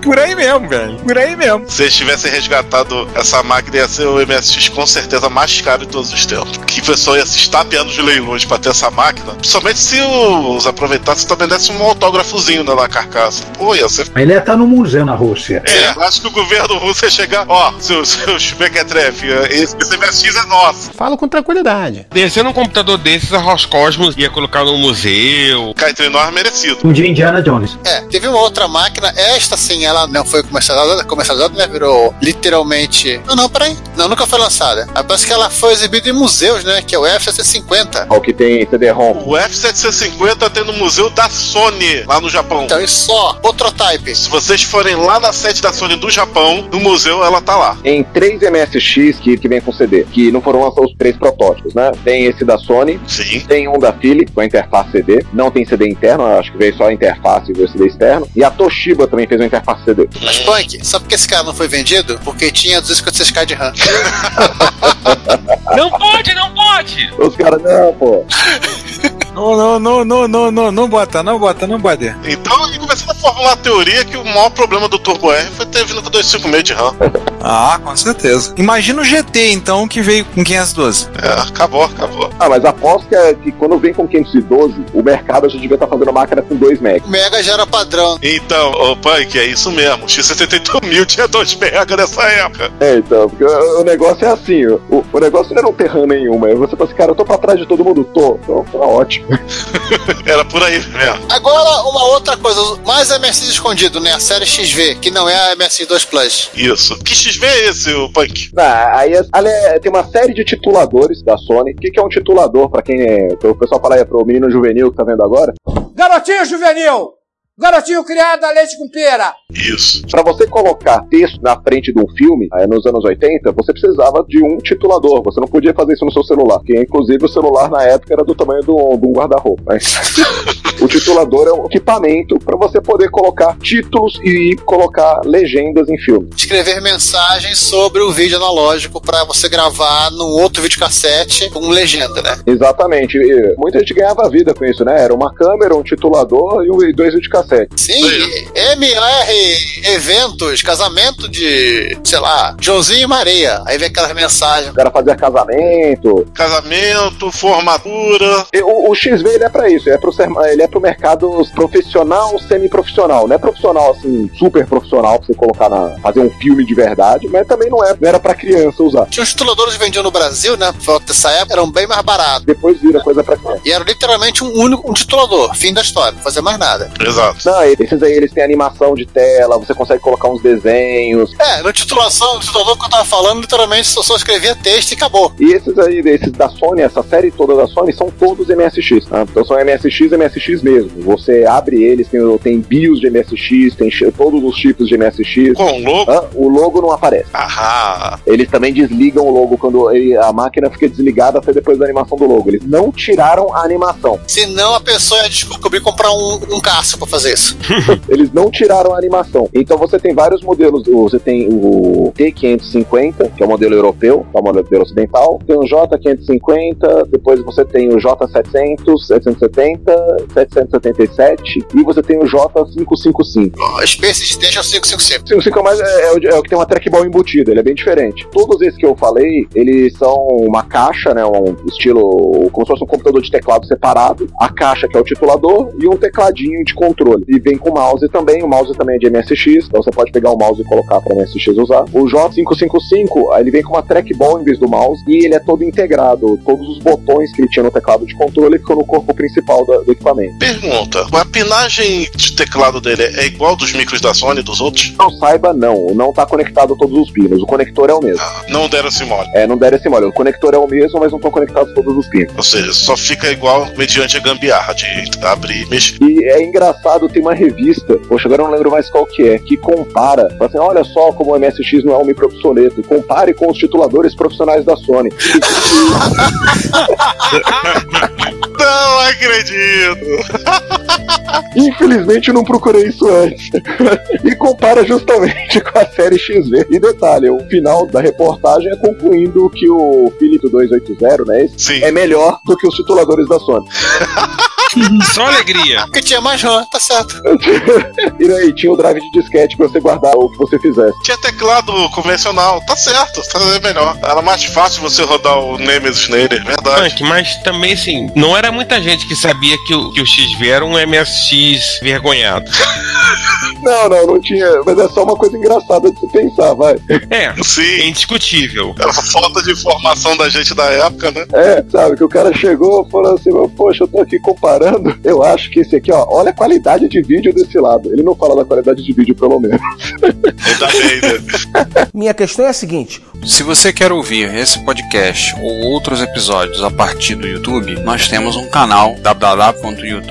Speaker 6: Por aí mesmo, velho. Por aí mesmo.
Speaker 4: Se eles tivessem resgatado essa máquina, ia ser o MSX com certeza mais caro de todos os tempos. Que o pessoal ia se estapeando de leilões pra ter essa máquina. Principalmente se os aproveitassem também desse um autógrafozinho né, na carcaça. Pô, ia ser.
Speaker 5: Ele ia estar no museu na Rússia.
Speaker 4: É, acho que o governo russo ia chegar. Ó, seus, seus mequetrefe, esse, esse MSX é nosso.
Speaker 7: Falo com tranquilidade.
Speaker 10: Descendo um computador desses, a Roscosmos ia colocar no museu.
Speaker 4: Cai entre nós merecido.
Speaker 5: Um dia Indiana Jones.
Speaker 2: É, teve uma outra máquina, esta sim, ela não foi comercializada, comercializada, né? Virou literalmente. Não, não, peraí. Não, nunca foi lançada. Mas parece que ela foi exibida em museus, né? Que é o F-750.
Speaker 3: Ó, o que tem CD-ROM.
Speaker 4: O F750 tem tá no museu da Sony, lá no Japão.
Speaker 2: Então, e só Prototype.
Speaker 4: Se vocês forem lá na sede da Sony do Japão, no museu ela tá lá.
Speaker 3: Em três MSX que, que vem com CD, que não foram lançados os três protótipos, né? Tem esse da Sony,
Speaker 4: Sim.
Speaker 3: tem um da Philips com a interface CD, não tem CD interno, acho que veio só a interface e veio o CD externo. E a Toshiba também fez uma interface CD.
Speaker 2: Mas Punk, sabe por que esse cara não foi vendido? Porque tinha 256k de RAM.
Speaker 10: Não pode, não pode!
Speaker 3: Os caras, não, pô.
Speaker 6: Não, não, não, não, não, não, não bota, não bota, não bota.
Speaker 4: Então, ele começou a formular a teoria que o maior problema do Turbo R foi ter vindo com 256 de RAM.
Speaker 6: Ah, com certeza. Imagina o GT, então, que veio com 512.
Speaker 4: É, acabou, acabou.
Speaker 3: Ah, mas aposto que, é- que quando vem com 512, o mercado já devia estar fazendo máquina com 2 MB.
Speaker 2: O Mega já era padrão.
Speaker 4: Então, ô Punk, é isso mesmo. O X78 mil tinha 2 mega nessa época.
Speaker 3: É, então, porque o, o negócio é assim, o, o negócio não é não ter RAM nenhuma. é Você fala assim, cara, eu tô pra trás de todo mundo, tô. Então tá ótimo.
Speaker 4: Era por aí mesmo.
Speaker 2: Agora, uma outra coisa, mais MSX escondido, né? A série XV, que não é a MSX 2 Plus.
Speaker 4: Isso. Que XV é esse, ô Punk?
Speaker 3: Ah, aí é- ali é- tem uma série de tituladores da Sony. O que, que é um titulador, pra quem é. O pessoal fala aí, pro menino juvenil que tá vendo agora?
Speaker 11: Garotinho juvenil! Garotinho criado a leite com pera!
Speaker 4: Isso.
Speaker 3: Pra você colocar texto na frente de um filme, eh, nos anos 80, você precisava de um titulador. Você não podia fazer isso no seu celular. Que, inclusive, o celular na época era do tamanho de um, de um guarda-roupa. né? o titulador é um equipamento pra você poder colocar títulos e colocar legendas em filmes.
Speaker 2: Escrever mensagens sobre o vídeo analógico pra você gravar num outro videocassete com legenda, né?
Speaker 3: Exatamente. E muita gente ganhava vida com isso, né? Era uma câmera, um titulador e um- e dois videocassetes.
Speaker 2: Sim, MR, eventos, casamento de, sei lá, Joãozinho e Maria. Aí vem aquelas mensagens.
Speaker 3: O cara fazia casamento.
Speaker 4: Casamento, formatura.
Speaker 3: E O, o XV ele é pra isso, ele é pro, ser- ele é pro mercado profissional, semi-profissional. Não é profissional, assim, super profissional pra você colocar na. fazer um filme de verdade, mas também não, é, não era pra criança usar.
Speaker 2: Tinha uns tituladores que vendiam no Brasil, né? Por volta dessa época, eram bem mais baratos.
Speaker 3: Depois vira coisa pra criança.
Speaker 2: E era literalmente um único um titulador. Fim da história, não fazia mais nada.
Speaker 4: Exato.
Speaker 3: Não, esses aí eles têm animação de tela, você consegue colocar uns desenhos.
Speaker 2: É, no titulação, no titulador que eu tava falando, literalmente só, só escrevia texto e acabou.
Speaker 3: E esses aí, esses da Sony, essa série toda da Sony, são todos MSX. Tá? Então são MSX, MSX mesmo. Você abre eles, tem, tem BIOS de MSX, tem chi- todos os tipos de MSX.
Speaker 4: Com logo.
Speaker 3: Hã? O logo não aparece.
Speaker 4: Ahá.
Speaker 3: Eles também desligam o logo quando ele- a máquina fica desligada até depois da animação do logo. Eles não tiraram a animação.
Speaker 2: Senão a pessoa ia descobrir comprar um, um caça pra fazer isso.
Speaker 3: Eles não tiraram a animação. Então você tem vários modelos. Você tem o T550, que é o modelo europeu, que é o modelo ocidental. Tem o J550, depois você tem o J700, 770, 777 e você tem o J555.
Speaker 2: Ó, Space Station 555.
Speaker 3: 555 é, mais, é, é o, é o que tem uma trackball embutida, ele é bem diferente. Todos esses que eu falei, eles são uma caixa, né? Um estilo. como se fosse um computador de teclado separado. A caixa que é o titulador e um tecladinho de controle. E vem com mouse também, o mouse também é de MSX, então você pode pegar o mouse e colocar para MSX usar. O J555, ele vem com uma trackball em vez do mouse e ele é todo integrado. Todos os botões que ele tinha no teclado de controle ficam no corpo principal da- do equipamento.
Speaker 4: Pergunta: a pinagem de teclado dele é igual dos micros da Sony e dos outros?
Speaker 3: Não saiba, não, não tá conectado todos os pinos, o conector é o mesmo.
Speaker 4: Não deram esse mole.
Speaker 3: É, não deram esse mole. O conector é o mesmo, mas não estão conectados todos os pinos.
Speaker 4: Ou seja, só fica igual mediante a gambiarra de abrir e mexer.
Speaker 3: E é engraçado, tem uma revista, poxa, agora eu não lembro mais qual que é, que compara, fala assim, olha só como o MSX não é um micro obsoleto, compare com os tituladores profissionais da Sony.
Speaker 4: Não acredito!
Speaker 3: Infelizmente eu não procurei isso antes. e compara justamente com a série XV. E detalhe, o final da reportagem é concluindo que o Philip 280, né, esse,
Speaker 4: Sim.
Speaker 3: é melhor do que os tituladores da Sony.
Speaker 10: Só alegria.
Speaker 2: Porque tinha mais RAM, tá certo.
Speaker 3: e aí, tinha o drive de disquete pra você guardar o que você fizesse.
Speaker 4: Tinha teclado convencional, tá certo, tá é melhor. Era mais fácil você rodar o Nemesis nele, é verdade.
Speaker 10: Punk, mas também assim, não era muita gente que sabia que o, que o XV era um MSX vergonhado.
Speaker 3: Não, não, não tinha. Mas é só uma coisa engraçada de se pensar, vai.
Speaker 10: É,
Speaker 4: né?
Speaker 10: é indiscutível.
Speaker 4: Era falta de informação da gente da época, né?
Speaker 3: É, sabe, que o cara chegou falando assim, "Mas, poxa, eu tô aqui comparando, eu acho que esse aqui, ó, olha a qualidade de vídeo desse lado. Ele não fala da qualidade de vídeo, pelo menos.
Speaker 4: Ainda bem, né?
Speaker 11: Minha questão é a seguinte:
Speaker 6: Se você quer ouvir esse podcast ou outros episódios a partir do YouTube, nós temos um canal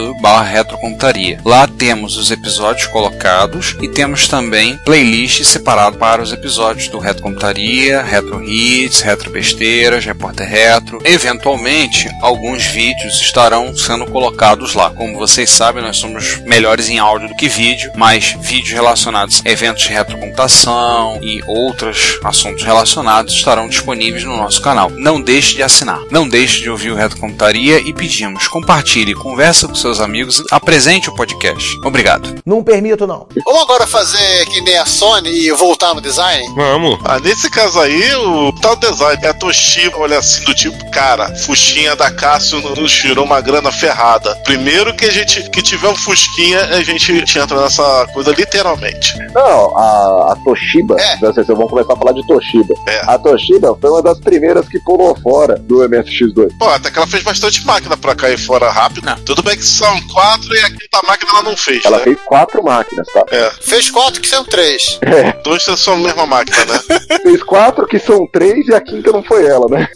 Speaker 6: www.youtube/retrocomputaria. Lá temos os episódios colocados e temos também playlist separado para os episódios do Retro Computaria, Retro Hits, Retro Besteiras, Repórter Retro. Eventualmente, alguns vídeos estarão sendo colocados lá. Como vocês sabem, nós somos melhores em áudio do que vídeo, mas vídeos relacionados a eventos de retrocomputação e outros assuntos relacionados estarão disponíveis no nosso canal. Não deixe de assinar. Não deixe de ouvir o Retrocomputaria e pedimos, compartilhe, conversa com seus amigos, apresente o podcast. Obrigado.
Speaker 11: Não permito, não.
Speaker 2: Vamos agora fazer que nem a Sony e voltar no design?
Speaker 10: Vamos.
Speaker 4: Ah, nesse caso aí, o tal design é a Toshiba, olha assim, do tipo, cara, Fuxinha da Cássio nos tirou uma grana ferrada. Primeiro que a gente que tiver um Fusquinha, a gente entra nessa coisa literalmente.
Speaker 3: Não, a, a Toshiba, não sei se vamos começar a falar de Toshiba. A Toshiba foi uma das primeiras que pulou fora do MSX2.
Speaker 4: Pô, até que ela fez bastante máquina pra cair fora rápido. Tudo bem que são quatro e a quinta máquina ela não fez.
Speaker 3: Ela
Speaker 4: né?
Speaker 3: fez quatro máquinas, tá?
Speaker 4: É.
Speaker 2: Fez quatro que são três.
Speaker 4: Dois são a mesma máquina, né?
Speaker 3: Fez quatro que são três e a quinta não foi ela, né?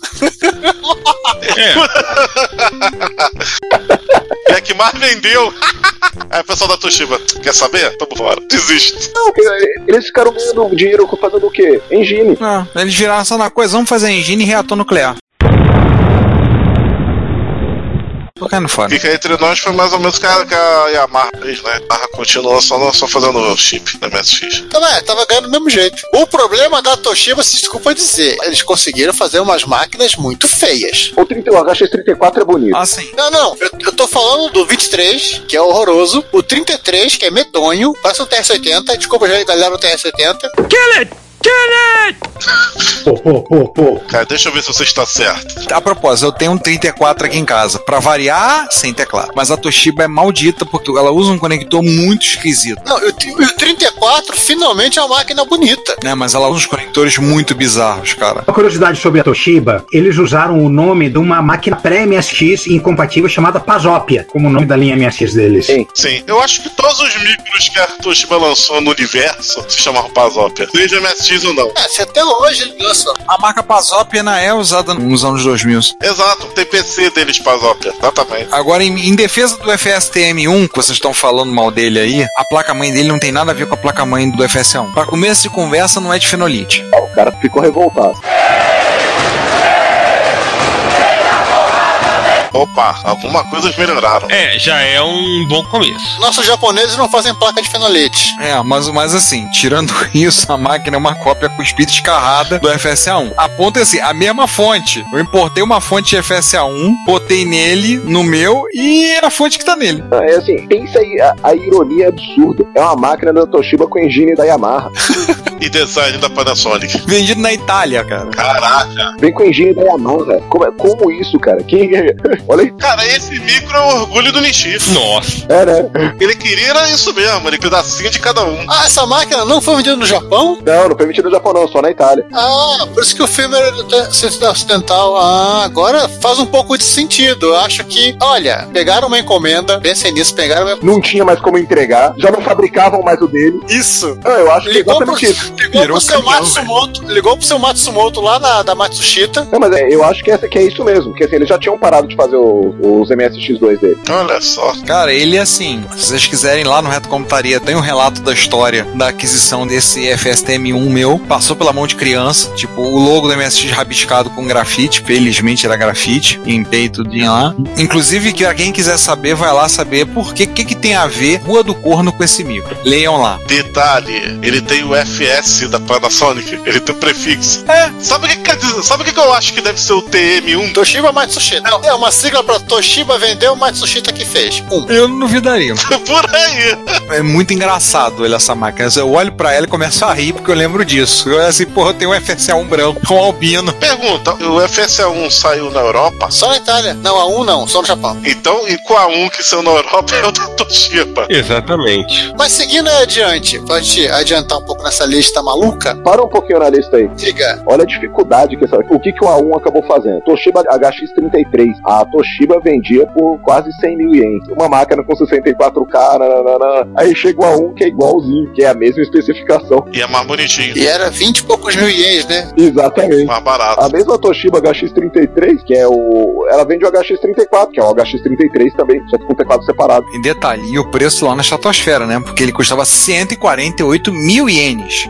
Speaker 4: É a que mais vendeu. Aí o pessoal da Toshiba, quer saber? Então Tamo fora. Desisto.
Speaker 3: Não, porque eles ficaram ganhando dinheiro fazendo o quê? Engine.
Speaker 6: Ah, eles viraram só na coisa, vamos fazer engine e reator nuclear. Tô caindo fora.
Speaker 4: Fica entre nós, foi mais ou menos o que a, que a Yamaha fez, né? A Yamaha continua só, só fazendo chip da MSX.
Speaker 2: Então, é, tava ganhando do mesmo jeito. O problema da Toshiba, se desculpa dizer, eles conseguiram fazer umas máquinas muito feias.
Speaker 3: O 31, o HX34 é bonito.
Speaker 6: Ah, sim.
Speaker 2: Não, não, eu, eu tô falando do 23, que é horroroso, o 33, que é medonho, parece um TR-80, desculpa, já galera, no TR-70.
Speaker 12: Kill it! Kill it!
Speaker 5: Pô, pô, pô, pô.
Speaker 4: Cara, deixa eu ver se você está certo.
Speaker 6: A propósito, eu tenho um 34 aqui em casa. Pra variar, sem teclado. Mas a Toshiba é maldita porque ela usa um conector muito esquisito.
Speaker 2: Não, e o tri- e o 34 finalmente é uma máquina bonita.
Speaker 6: Né? Mas ela usa uns conectores muito bizarros, cara.
Speaker 5: Uma curiosidade sobre a Toshiba, eles usaram o nome de uma máquina pré-MSX incompatível chamada Pasópia, como o nome da linha MSX deles.
Speaker 3: Sim.
Speaker 4: Sim, eu acho que todos os micros que a Toshiba lançou no universo se chamavam Pazópia. Seja MSX ou um não.
Speaker 2: É, se até hoje eles lançam.
Speaker 6: A marca Pasop ainda é usada nos anos 2000.
Speaker 4: Exato, tem PC deles Pazópia. Exatamente.
Speaker 6: Agora, em, em defesa do FSTM1, que vocês estão falando mal dele aí, a placa-mãe dele não tem nada a ver com a placa-mãe do FSA1. Pra começo de conversa, não é de fenolite.
Speaker 3: Ah, O cara ficou revoltado.
Speaker 4: Opa, alguma coisa melhoraram.
Speaker 10: É, já é um bom começo.
Speaker 2: Nossos japoneses não fazem placa de fenolite.
Speaker 6: É, mas, mas assim, tirando isso, a máquina é uma cópia cuspida escarrada do FSA1. A ponta é assim, a mesma fonte. Eu importei uma fonte de FSA1, botei nele, no meu, e é a fonte que tá nele.
Speaker 3: Não, É assim, pensa aí a, a ironia absurda. É uma máquina da Toshiba com engine da Yamaha.
Speaker 4: E design da Panasonic.
Speaker 6: Vendido na Itália, cara.
Speaker 4: Caraca.
Speaker 3: Vem com engine da Yamaha. Como, é- como isso, cara? Quem... Olha aí.
Speaker 4: Cara, esse micro é o orgulho do Nishi.
Speaker 10: Nossa.
Speaker 3: É, né?
Speaker 4: Ele queria era isso mesmo, ele pedacinho de cada um.
Speaker 2: Ah, essa máquina não foi vendida no Japão?
Speaker 3: Não, não foi metido no Japão, não. Só na Itália.
Speaker 2: Ah, por isso que o filme era do te- sentido ocidental. Ah, agora faz um pouco de sentido. Eu acho que, olha, pegaram uma encomenda, pensem nisso, pegaram uma...
Speaker 3: Não tinha mais como entregar. Já não fabricavam mais o dele.
Speaker 2: Isso.
Speaker 3: Não, eu acho que é
Speaker 2: Ligou pro,
Speaker 3: exatamente isso.
Speaker 2: ligou pro seu Matsumoto, ligou pro seu Matsumoto lá na, da Matsushita.
Speaker 3: Não, mas é, eu acho que, essa, que é isso mesmo. Porque assim, eles já tinham parado de fazer o- os MSX2 dele.
Speaker 4: Olha só.
Speaker 6: Cara, ele é assim. Se vocês quiserem, lá no Reto Computaria tem um relato da história da aquisição desse FSTM1 meu. Passou pela mão de criança. Tipo, o logo do MSX rabiscado com grafite. Felizmente era grafite. Limpei tudinho lá. Inclusive, que pra quem quiser saber, vai lá saber por que, que, que tem a ver Rua do Corno com esse micro. Leiam lá.
Speaker 4: Detalhe, ele tem o FS da Panasonic, ele tem o prefixo.
Speaker 6: É.
Speaker 4: Sabe o um que, quer dizer- sabe o que que eu acho que deve ser o TM1?
Speaker 2: Toshiba Matsushita. Não, é uma sigla sigla pra Toshiba vendeu, Matsushita que fez. Um.
Speaker 6: Eu não duvidaria.
Speaker 4: Por aí.
Speaker 6: É muito engraçado olhar essa máquina. Eu olho pra ela e começo a rir porque eu lembro disso. Eu olho assim, porra, eu tenho um FSA1 branco, um albino.
Speaker 4: Pergunta, o FSA1 saiu na Europa?
Speaker 2: Só na Itália. Não, a 1 não, só no Japão.
Speaker 4: Então, e com a 1 que saiu na Europa é o da Toshiba.
Speaker 10: Exatamente.
Speaker 2: Mas seguindo adiante, pra gente adiantar um pouco nessa lista maluca,
Speaker 3: Para um pouquinho na lista aí.
Speaker 2: diga.
Speaker 3: Olha a dificuldade que essa. O que, que o A1 acabou fazendo? Toshiba HX33. A Toshiba vendia por quase 100 mil ienes. Uma máquina com 64K. nananana. Aí chega o A1 que é igualzinho, que é a mesma especificação.
Speaker 4: E é mais bonitinho.
Speaker 2: E era 20 e poucos mil ienes, né?
Speaker 3: Exatamente.
Speaker 4: Mais barato.
Speaker 3: A mesma Toshiba HX33, que é o. Ela vende o HX34, que é o HX33 também, só que com teclado separado.
Speaker 6: Em detalhe, e o preço lá na estratosfera, né? Porque ele custava 148 mil ienes.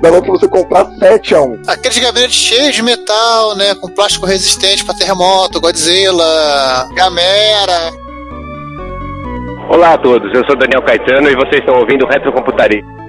Speaker 3: Dá pra você comprar 7 a 1.
Speaker 2: Aqueles gabinetes cheios de metal, né? Com plástico resistente pra terremoto, Godzilla, Gamera.
Speaker 14: Olá a todos, eu sou Daniel Caetano e vocês estão ouvindo Retrocomputaria.